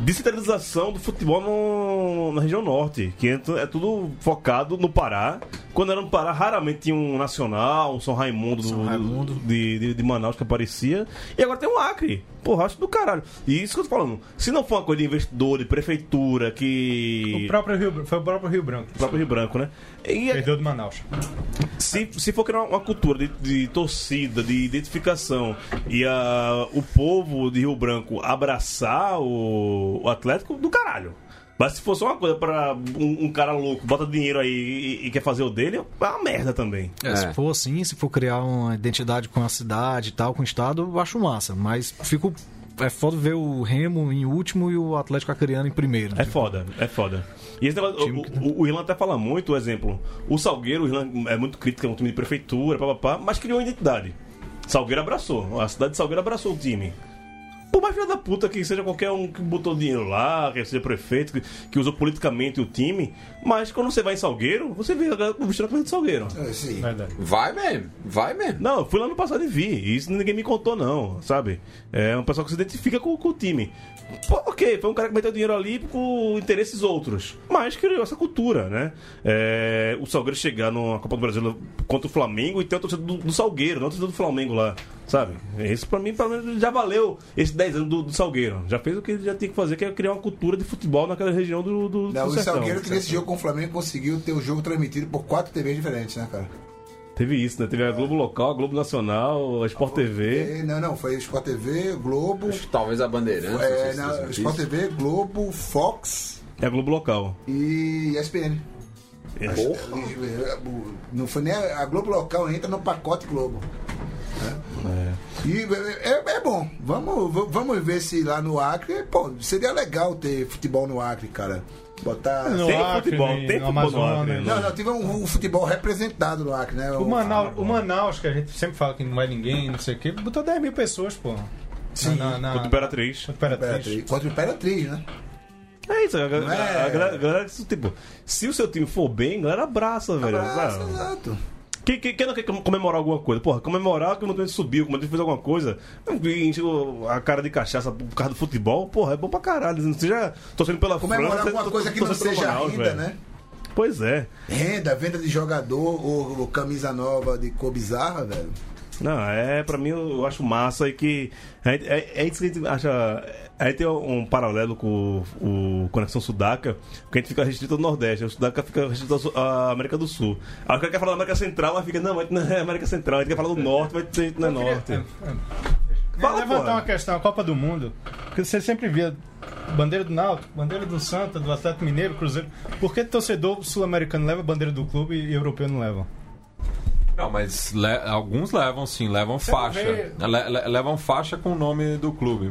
S1: descentralização do futebol no- na região norte, que é, tu- é tudo focado no Pará. Quando era no Pará, raramente tinha um Nacional, um São Raimundo, do- do- De, de, de Manaus que aparecia. E agora tem um Acre. Porra, acho do caralho. E isso que eu tô falando. Se não for uma coisa de investidor, de prefeitura, que.
S3: O próprio Rio, foi o próprio Rio Branco.
S1: O próprio Rio Branco, né? E
S3: Perdeu do Manaus.
S1: se, se for criar uma, uma cultura de, de torcida, de identificação e a, o povo de Rio Branco abraçar o, o Atlético, do caralho. Mas se for só uma coisa pra um, um cara louco, bota dinheiro aí e, e quer fazer o dele, é uma merda também.
S6: É,
S5: É.
S6: Se for assim, se for criar uma identidade com a cidade e tal, com o estado, eu acho massa. Mas fico. É foda ver o Remo em último e o Atlético Acreano em primeiro.
S1: É foda, é foda. E esse negócio, o, o, o Irlan até fala muito, o exemplo. O Salgueiro, o Irlan é muito crítico, é um time de prefeitura, papapá, mas criou uma identidade. Salgueiro abraçou, a cidade de Salgueiro abraçou o time. Por mais filha da puta que seja qualquer um que botou dinheiro lá, que seja prefeito, que, que usou politicamente o time, mas quando você vai em Salgueiro, você vê a galera vestindo a camisa de Salgueiro.
S4: É, Sim.
S3: Verdade.
S5: Vai mesmo, vai mesmo.
S1: Não, eu fui lá no passado e vi. E isso ninguém me contou, não, sabe? É um pessoal que se identifica com, com o time. Pô, ok, foi um cara que meteu dinheiro ali com interesses outros. Mas criou essa cultura, né? É, o Salgueiro chegar numa Copa do Brasil contra o Flamengo e ter o torcedor do, do Salgueiro, não o torcedor do Flamengo lá, sabe? Isso pra mim, pelo menos, já valeu esses 10 anos do, do Salgueiro. Já fez o que ele já tinha que fazer, que é criar uma cultura de futebol naquela região do, do, do
S4: Não, o
S1: sertão.
S4: Salgueiro que nesse jogo com o Flamengo conseguiu ter o jogo transmitido por quatro TVs diferentes, né, cara?
S1: Teve isso, né? Teve a Globo Local, a Globo Nacional, a Sport TV.
S4: É, não, não, foi Sport TV, Globo,
S5: Talvez a Bandeirantes. não sei
S4: é,
S5: se
S4: não,
S5: isso
S4: Sport
S5: existe.
S4: TV, Globo, Fox
S1: É a Globo Local.
S4: e ESPN.
S5: Porra.
S4: Não foi nem a a Globo local entra no pacote Globo. né? E é, é- é bom. Vamos, v- vamos ver se lá no Acre, pô, seria legal ter futebol no Acre, cara. Botar.
S3: No
S1: Tem
S3: Acre,
S1: futebol,
S3: né,
S1: tem
S3: no
S1: futebol no
S3: Amazonas.
S1: Acre, né?
S4: Não, não, tive um, um futebol representado no Acre, né?
S3: O Manaus, o Manaus, que a gente sempre fala que não vai ninguém, não sei o quê, botou 10 mil pessoas, pô. Sim. Na, é na,
S1: Contra o Imperatriz.
S3: Contra o Imperatriz.
S4: Imperatriz. Contra o Imperatriz, né?
S1: É isso, a, ga-
S4: Não é?
S1: a galera, a galera que, tipo, se o seu time for bem, a galera abraça, velho.
S4: Abraço,
S1: sabe?
S4: Ah, exato.
S1: Quem, quem- quem não quer comemorar alguma coisa? Porra, comemorar que o meu time subiu, que o meu time fez alguma coisa, e encheu a cara de cachaça por causa do futebol, porra, é bom pra caralho. Não seja torcendo pela
S4: Comemorar
S1: França,
S4: alguma
S1: tô-
S4: coisa
S1: tô-
S4: que não
S1: torcendo pelo
S4: seja
S1: Manaus,
S4: renda,
S1: velho.
S4: né?
S1: Pois é.
S4: Renda, venda de jogador ou, ou camisa nova de cor bizarra, velho.
S1: Não, é, pra mim eu acho massa e que. É, é, é isso que a gente acha. Aí tem um paralelo com o, o Conexão Sudaca, porque a gente fica restrito ao Nordeste, o Sudaca fica restrito ao Su- à América do Sul. Aí o cara quer falar da América Central, mas fica, não, mas não é América Central, a gente quer falar do Norte, mas a gente não é Norte.
S3: É, é.
S1: Fala,
S3: levantar
S1: pô.
S3: uma questão, a Copa do Mundo, que você sempre via bandeira do Náutico, bandeira do Santa, do Atlético Mineiro, Cruzeiro. Por que torcedor sul-americano leva a bandeira do clube e europeu não leva?
S8: Não, mas le- alguns levam sim, levam faixa.
S3: vê-
S8: Le- le- levam faixa com o nome do clube.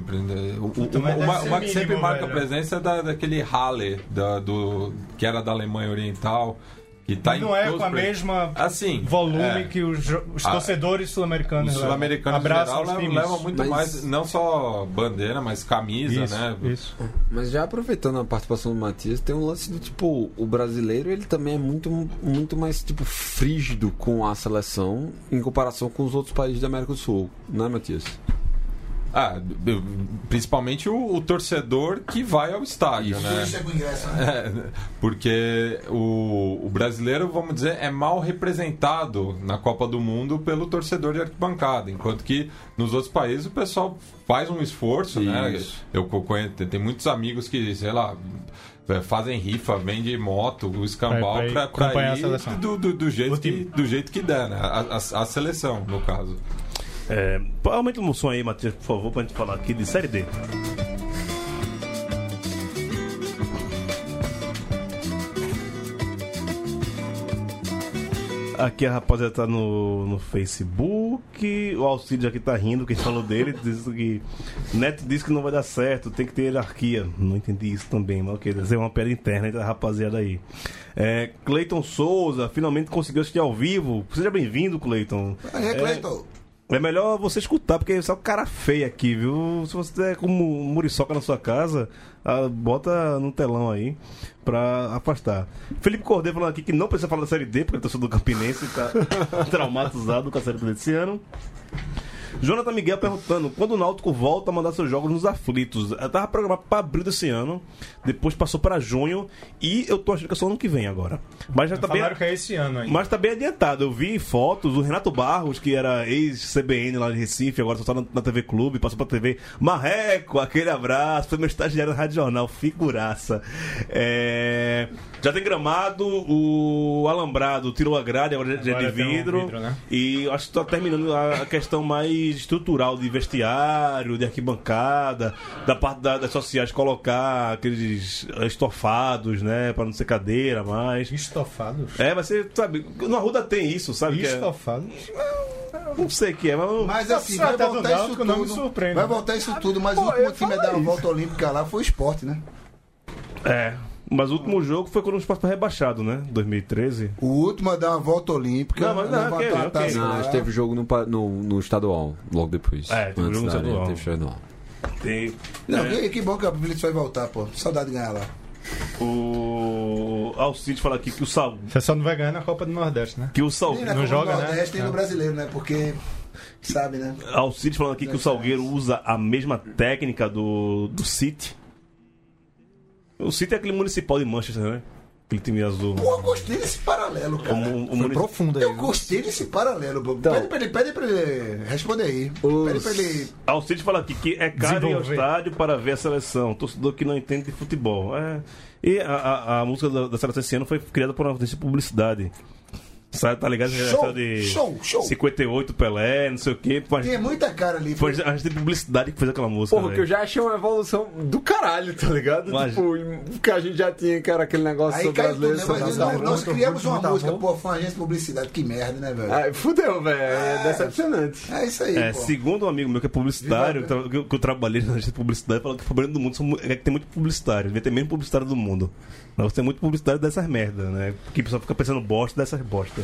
S8: O, o-
S3: Então, mas
S8: o-
S3: deve
S8: uma,
S3: ser
S8: uma que
S3: mínimo,
S8: sempre marca
S3: velho.
S8: presença é da, daquele Halle, da- do, que era da Alemanha Oriental. Que tá em
S3: não é
S8: todos
S3: com a
S8: os pre-
S3: mesma
S8: Assim,
S3: volume
S8: é.
S3: que os, jo- os
S8: Ah,
S3: torcedores sul-americanos
S8: Os
S3: levam.
S8: sul-americanos em
S3: abraçam
S8: geral
S3: os
S8: levam,
S3: times.
S8: levam muito
S5: Mas-
S8: mais, não só bandeira, mas camisa,
S3: isso,
S8: né?
S3: isso.
S5: Mas já aproveitando a participação do Matias, tem um lance do tipo, o brasileiro ele também é muito, muito mais tipo frígido com a seleção em comparação com os outros países da América do Sul, né, Matias?
S8: Ah, b- b- principalmente o, o torcedor que vai ao estádio, né?
S4: Chega o ingresso, né?
S8: É, porque o, o brasileiro, vamos dizer, é mal representado na Copa do Mundo pelo torcedor de arquibancada, enquanto que nos outros países o pessoal faz um esforço, né?
S5: Isso.
S8: Eu co- conheço, tem muitos amigos que, sei lá, é, fazem rifa, vende moto, o escambau
S3: Pra- pra ir
S8: pra, pra
S3: acompanhar a
S8: ir
S3: seleção.
S8: do, do, do jeito
S3: O time.
S8: que, do jeito que der, né? A- a- a seleção, no caso.
S1: É, aumenta o som aí, Matheus, por favor, pra gente falar aqui de Série D. Aqui a rapaziada tá no, no Facebook. O Alcides aqui tá rindo, quem falou dele. Diz que Neto disse que não vai dar certo, tem que ter hierarquia. Não entendi isso também, mas ok, deve é uma pedra interna entre a rapaziada aí. É, Cleiton Souza finalmente conseguiu assistir ao vivo. Seja bem-vindo, Cleiton.
S4: É, Cleiton.
S1: É melhor você escutar, porque você é um cara feio aqui, viu? Se você der como muriçoca na sua casa, ah, bota no telão aí pra afastar. Felipe Cordeiro falando aqui que não precisa falar da Série D, porque ele tá sendo do Campinense e tá traumatizado com a Série D desse ano. Jonathan Miguel perguntando quando o Náutico volta a mandar seus jogos nos aflitos. Eu tava programado pra abril desse ano, depois passou pra junho e eu tô achando que é só ano que vem agora. Mas já tá bem.
S3: Falaram que é esse ano ainda.
S1: Mas tá bem adiantado. Eu vi fotos, o Renato Barros, que era ex-CBN lá de Recife, agora só tá na, na TV Clube, passou pra TV. Marreco, aquele abraço, foi meu estagiário na Rádio Jornal, figuraça. É, Já tem gramado, o Alambrado tirou a grade, agora, já é
S3: Agora
S1: de
S3: tem um
S1: vidro.
S3: vidro, né?
S1: E eu acho que tá terminando a a questão mais estrutural de vestiário, de arquibancada, da parte da- das sociais colocar aqueles eh, estofados, né? Pra não ser cadeira mais.
S3: Estofados?
S1: É, mas você sabe, no Arruda tem isso, sabe? Que é,
S3: Estofados?
S1: não sei o que é, mas.
S4: Mas
S3: Não,
S4: assim,
S3: se
S4: vai
S3: tratar do
S4: voltar isso
S3: Náutico, não me
S4: tudo.
S3: surpreende.
S4: Vai voltar isso tudo, mas o último time a dar uma volta olímpica lá foi o esporte, né?
S1: É. Mas o último jogo foi quando o Sport foi rebaixado, né? 2013.
S4: O último a dar uma volta olímpica.
S1: Não, mas não,
S4: levantar
S1: ok,
S4: a
S1: ok.
S4: taça
S1: Não,
S4: lá.
S3: Ah.
S5: Não, Ah, teve jogo no, pa- no, no estadual, logo depois.
S1: É, teve
S5: Antes
S1: jogo no
S5: da arena,
S1: estadual.
S5: Teve estadual.
S1: Tem.
S4: Não,
S1: é,
S4: e que bom que a Blitz vai voltar, pô. Saudade de ganhar lá.
S1: o Alcides fala aqui que o Sal.
S3: Você só não vai ganhar na Copa do Nordeste, né?
S1: Que o Sal...
S4: Nem na
S3: Não
S4: Copa do
S3: joga, né?
S4: Nordeste, nem no
S3: É.
S4: brasileiro, né? Porque. Sabe, né?
S1: Alcides falando aqui que o Salgueiro usa a mesma técnica do, do City. O City é aquele municipal de Manchester, né? Aquele time azul. um,
S4: Pô, eu gostei desse paralelo,
S1: O,
S4: cara.
S1: mu- o
S6: Foi
S1: munici-
S6: É profundo aí.
S4: Eu
S6: viu?
S4: gostei desse paralelo, Bob.
S5: Então.
S4: pede pra ele, pede pra ele responder aí.
S5: Os-
S4: Pede pra ele.
S1: Alcides fala aqui que é caro ir ao
S3: Desenvolver.
S1: estádio para ver a seleção. Torcedor que não entende de futebol. É. E a, a- a música da, da seleção esse ano foi criada por uma agência de publicidade. Sabe, tá ligado? Essa
S4: Show,
S1: de
S4: show, show.
S1: 58 Pelé, não sei o quê. Foi
S4: Tem muita cara ali.
S1: foi a agência de publicidade que fez aquela música.
S5: Porra, que eu
S1: velho.
S5: já achei uma evolução do caralho, tá ligado?
S1: Mas-
S5: Tipo, em- que a gente já tinha, que era aquele
S3: é,
S5: negócio
S4: Aí caiu tudo,
S5: brasileiro.
S4: né? Mas
S5: só-
S4: não, nós criamos uma
S6: muito
S4: música,
S6: avô.
S4: pô, foi uma agência de publicidade, que merda, né, velho?
S5: Ai, fudeu, velho. É decepcionante.
S4: É isso aí,
S1: É,
S4: pô.
S1: segundo um amigo meu que é publicitário, tra- que eu, que eu trabalhei na agência de publicidade, falou que o problema do mundo são mu- é que tem muito publicitário, devia ter menos publicitário do mundo. Mas você tem muito publicitário dessas merdas, né? Que o pessoal fica pensando bosta dessas bostas.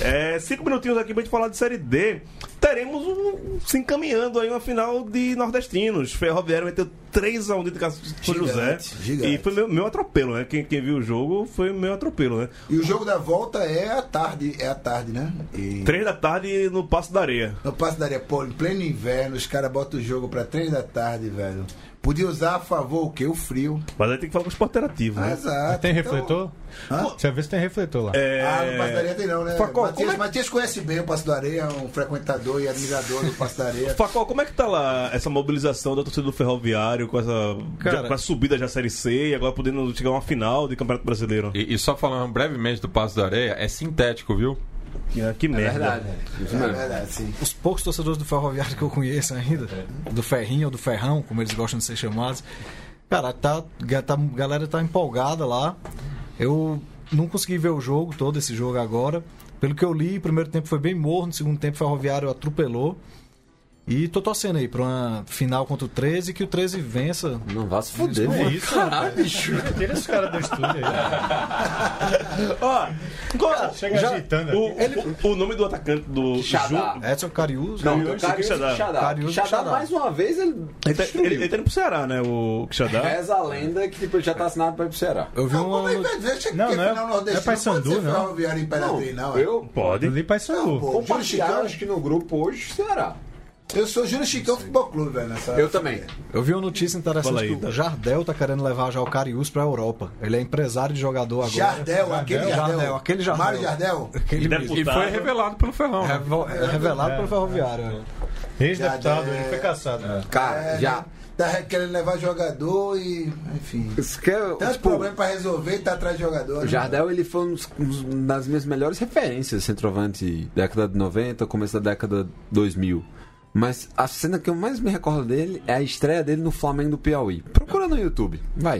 S1: É, cinco minutinhos aqui pra gente falar de Série D. Teremos um, se encaminhando aí uma final de nordestinos. Ferroviário meteu 3x1 dentro de casa de São José.
S4: Gigante, gigante.
S1: E foi meu, meu atropelo, né? Quem, quem viu o jogo foi meu atropelo, né?
S4: E o jogo da volta é à tarde, é à tarde, né? E...
S1: Três da tarde no Passo da Areia.
S4: No passo da área, pô, em pleno inverno, os caras botam o jogo pra três da tarde, velho. Podia usar a favor o quê? O frio.
S1: Mas aí tem que falar com o esporte interativo, né?
S4: Exato.
S3: Tem
S4: Então-
S3: refletor? Você vê se tem refletor lá.
S4: Ah, no Passo
S1: É,
S4: da Areia tem não, né?
S1: Facol, como
S4: Matias,
S1: é-
S4: Matias conhece bem o Passo da Areia, é um frequentador e admirador do Passo da Areia.
S1: Facol, como é que tá lá essa mobilização da torcida do Ferroviário com essa,
S3: Cara-
S1: já- com a subida já à Série C e agora podendo chegar a uma final de Campeonato Brasileiro?
S8: E, e só falando brevemente do Passo da Areia, é sintético, viu?
S1: Que, que merda.
S5: verdade. Isso
S4: É
S5: mesmo.
S4: verdade, sim.
S6: Os poucos torcedores do Ferroviário que eu conheço ainda, do Ferrinho ou do Ferrão, como eles gostam de ser chamados, cara, tá, ga- tá- a galera tá empolgada lá. Eu não consegui ver o jogo todo, esse jogo agora. Pelo que eu li, o primeiro tempo foi bem morno, no segundo tempo o Ferroviário atropelou. E tô torcendo aí pra uma final contra o 13, que o 13 vença.
S5: Não vá se fuder,
S3: É
S5: mano.
S3: isso, Caralho, bicho.
S5: É,
S3: Tira esse cara do estúdio aí.
S1: Ó, qual-
S3: Chega
S1: já-
S3: agitando aqui.
S1: o, o- o nome do atacante do
S5: Xadá.
S1: Ju-
S6: Edson Cariús. né?
S5: Não,
S1: Cariús
S5: tem o
S1: e Quixadá.
S5: Cariús Xadá.
S6: Cariús e
S5: Xadá,
S6: Quixadá.
S5: mais uma vez, ele
S1: Ele tá,
S5: destruiu.
S1: ele, ele tá indo pro Ceará, né? O Quixadá.
S5: Reza a lenda que tipo, ele já tá assinado pra ir pro Ceará.
S6: Eu vi
S4: Não,
S6: uma.
S4: como é
S6: no-
S4: que vai ser?
S3: Não,
S4: Porque
S3: não é-
S4: final nordestino
S3: não é Paysandu,
S4: pode ser
S3: não.
S4: Ferroviário e Imperatriz, não. é?
S5: eu
S1: Pode.
S3: Eu li
S4: Não,
S3: Paysandu.
S4: pô, Júlio
S5: compartilharam,
S4: Chicão,
S5: acho que no grupo hoje, Ceará.
S4: eu sou Júlio Chicão Futebol Clube, velho. Nessa
S5: Eu também.
S6: Eu vi uma notícia interessante
S1: Fala aí,
S6: que
S1: Dan.
S6: o Jardel tá querendo levar já o Cariús pra Europa. Ele é empresário de jogador agora.
S4: Jardel, aquele Jardel.
S6: Jardel, aquele Jardel.
S4: Mário Jardel.
S6: Aquele
S1: Deputado.
S6: mesmo.
S8: E foi revelado pelo Ferrão. né?
S6: Revo- é revelado pelo ferroviário. né?
S3: Ex-deputado,
S4: Já-
S3: ele foi caçado.
S5: Cara,
S4: É,
S5: já.
S4: Tá querendo levar jogador e. Enfim.
S5: Isso que é,
S4: Tanto
S5: tipo,
S4: problema pra resolver e tá atrás de jogador.
S5: o
S4: né?
S5: Jardel ele foi um dos- um das minhas melhores referências centroavante década de 90, começo da década 2000. Mas a cena que eu mais me recordo dele é a estreia dele no Flamengo do Piauí. Procura no YouTube. Vai.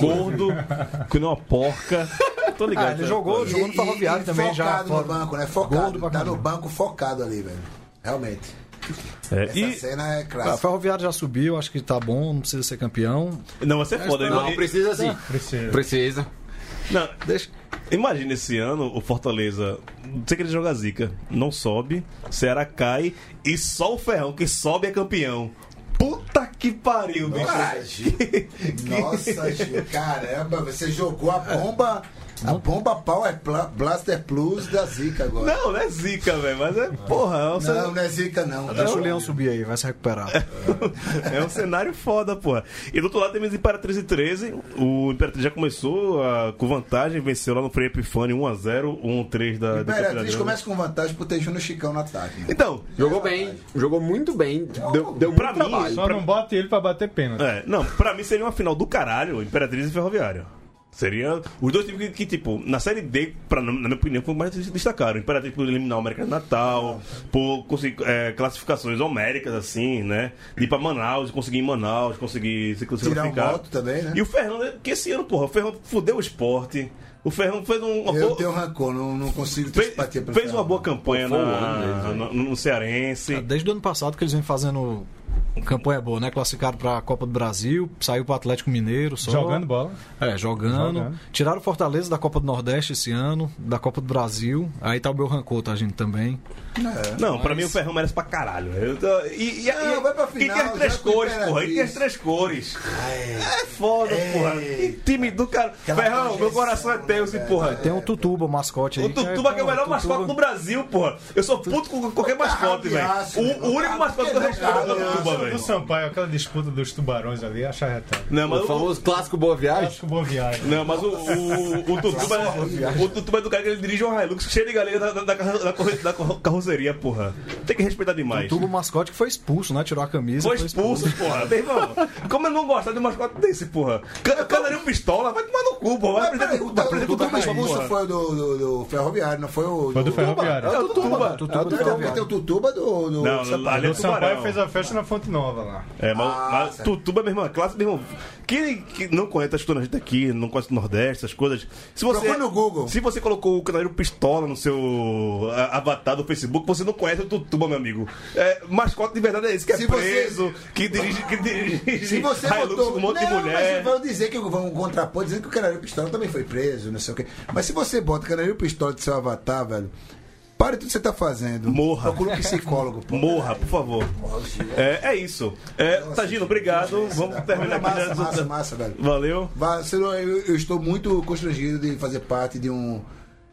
S1: Gordo, um que não é uma porca. Tô ligado.
S6: Ah, ele
S1: tá?
S6: jogou,
S4: E-
S6: jogou no
S4: e-
S6: ferroviário
S4: e
S6: também já.
S4: Focado no banco, né? Focado.
S6: Gordo pra
S4: Tá no
S6: caramba.
S4: banco focado ali, velho. Realmente.
S1: É,
S4: Essa
S1: e-
S4: cena é
S6: Ah, O
S4: clássica.
S6: ferroviário já subiu, acho que tá bom, não precisa ser campeão.
S1: Não, vai ser foda. Ima-
S5: Não, precisa sim.
S3: Precisa.
S5: Precisa.
S1: não,
S6: Deixa.
S1: imagina esse ano o Fortaleza. Não sei que ele joga zica. Não sobe, Ceará cai e só o Ferrão que sobe é campeão. Puta que pariu, bicho.
S4: Cara, Gil. Nossa, Gil, caramba, você jogou a bomba. A bomba Power Pla- Blaster Plus da Zica agora.
S1: Não, não é zica, velho, mas é porra, é um,
S4: Não, não,
S1: cenário,
S4: é Zica, não.
S6: Deixa o Leão subir aí, vai se recuperar.
S1: é um cenário foda, porra. E do outro lado temos Imperatriz e 13. O Imperatriz já começou ah, com vantagem, venceu lá no Frei Epifânio 1x0, 1x3 da da
S4: Imperatriz
S1: Campina Grande.
S4: começa com vantagem por ter Júnior Chicão no ataque. né?
S1: Então,
S5: Jogou bem. Jogou muito bem. Deu, deu muito
S1: Pra mim,
S5: trabalho.
S3: Só não bota ele pra bater pênalti.
S1: é, não, pra mim seria uma final do caralho, Imperatriz e Ferroviário. Seria os dois times que, que, tipo, na Série D, pra, na minha opinião, foi mais que se destacaram. Imperatriz por eliminar o América de Natal, por conseguir é, classificações homéricas, assim, né? De ir pra Manaus, conseguir ir em Manaus, conseguir se
S4: Tirar um
S1: classificar.
S4: voto também, né?
S1: E o Fernando, que esse ano, porra, o Fernando fudeu o esporte. O Fernando fez um. uma
S4: Eu
S1: boa-
S4: tenho rancor, não, não consigo ter
S1: fez,
S4: simpatia pelo
S1: fez
S4: Ferro.
S1: uma boa campanha
S5: Pô, foi
S1: na-
S5: o ano né? deles,
S1: no, no Cearense.
S6: Desde o ano passado que eles vêm fazendo campanha boa, né? Classificaram pra Copa do Brasil, saiu pro Atlético Mineiro só.
S3: Jogando bola.
S6: É, jogando.
S3: Jogando.
S6: Tiraram o Fortaleza da Copa do Nordeste esse ano, da Copa do Brasil. Aí tá o meu rancor, tá, gente, também.
S1: Não, pra mim o Ferrão merece pra caralho. Eu tô- e, e,
S4: Não,
S1: e-
S4: vai pra
S1: e
S4: final,
S1: quer as três
S4: já com
S1: cores,
S4: Imperatriz. Ah,
S1: porra. E quer as três cores. É foda, porra. Que time do cara.
S4: Aquela né?
S1: Ferrão, meu
S4: projeção,
S1: coração é teu, esse porra.
S6: Tem o Tutuba, o mascote aí.
S1: O Tutuba que é o melhor mascote do Brasil, porra. Eu sou puto com qualquer
S4: Tá
S1: mascote, velho.
S4: Caralhaço,
S1: O, o único
S4: cara,
S1: mascote que eu
S4: que
S1: respeito é o
S4: caralhaço.
S1: Tutuba,
S3: Do
S1: velho.
S3: Sampaio, aquela disputa dos tubarões ali, achar retado.
S1: Não, mas
S5: O famoso clássico Boa Viagem.
S3: Acho que boa viagem.
S1: Não, mas o, o, o Tutuba é, o Tutuba é do cara que ele dirige um Hilux cheio de galinha da, da, da, carro- da corre- da carro- carroceria, porra. Tem que respeitar demais.
S6: Tutuba, o mascote que foi expulso, né? Tirou a camisa.
S1: Foi expulso, porra. Meu irmão, como eu não gostar de um mascote desse, porra? Can- Canarinho pistola, vai tomar no cu, porra. Vai
S4: Mas
S1: aprender
S4: peraí, o
S1: com
S4: da-
S1: vai aprender com
S4: o
S1: o
S4: da
S1: Tutuba,
S4: expulso
S1: porra.
S4: foi o do, do, do Ferroviário, não foi o.
S3: Foi do Ferroviário.
S1: É o Tutuba.
S6: Tutuba, tá
S4: Eu tô
S6: Tutuba.
S4: porque tem o Tutuba do. do
S1: Não,
S4: Sampaio.
S1: lá ali é
S3: O Sampaio
S1: Tubarão.
S3: fez a festa na Fonte Nova lá.
S1: É, mas,
S4: Ah,
S1: mas
S4: certo.
S1: Tutuba, meu irmão, é classe, meu irmão. Quem que não conhece, tá escutando a gente aqui, não conhece o Nordeste, essas coisas. Se você,
S4: Procura no Google.
S1: Se você colocou o Canarinho Pistola no seu a- avatar do Facebook, você não conhece o Tutuba, meu amigo. É, mascote de verdade é esse, que é
S4: Se você-
S1: preso, que dirige, que dirige
S4: Se você
S1: Hilux
S4: botou.
S1: com um monte
S4: não,
S1: de mulher.
S4: Mas vão dizer que vão contrapor, dizendo que o Canarinho Pistola também foi preso, não sei o quê. Mas se você bota o Canarinho Pistola de seu avatar, velho, pare tudo que você tá fazendo.
S1: Morra.
S4: Procura um psicólogo, pô.
S1: Morra, por favor. É, é isso. É, Tagino, obrigado. Vamos terminar aqui.
S4: Massa,
S1: né?
S4: massa, massa, velho.
S1: Valeu.
S4: Vá, Ciro, eu, eu estou muito constrangido de fazer parte de um,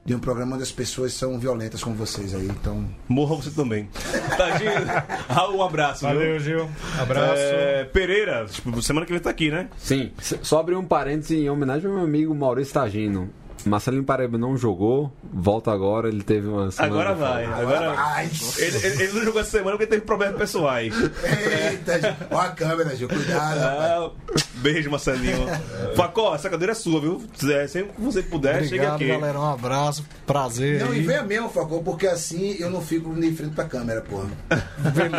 S4: de um programa onde as pessoas são violentas com vocês aí. Então,
S1: Morra você também. Tagino, Raul, um abraço. viu?
S3: Valeu, Gil. Abraço.
S1: É, Pereira, tipo, semana que vem tá aqui, né?
S5: Sim. S- Só abrir um parênteses em homenagem ao meu amigo Maurício Tagino. Marcelinho Paraíba não jogou, volta agora, ele teve uma semana
S1: Agora
S5: de
S1: vai. Agora...
S4: Ai,
S1: Ele, ele- ele não jogou essa semana porque teve problemas pessoais.
S4: eita, Gil. Ó a câmera, Gil. Cuidado, rapaz.
S1: Ah, beijo, Marcelinho. Facó, essa cadeira é sua, viu? Se sempre que você puder, tá. chega
S6: Obrigado,
S1: aqui.
S6: galera. Um abraço. Prazer.
S4: Não,
S6: aí.
S4: e venha mesmo, Facol, porque assim eu não fico de frente pra câmera, porra.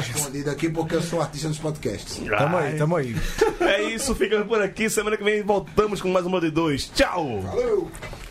S4: Escondido aqui porque eu sou um artista dos podcasts.
S6: Tamo aí, tamo aí.
S1: É isso, ficamos por aqui. Semana que vem voltamos com mais uma de um dois. Tchau!
S4: Valeu!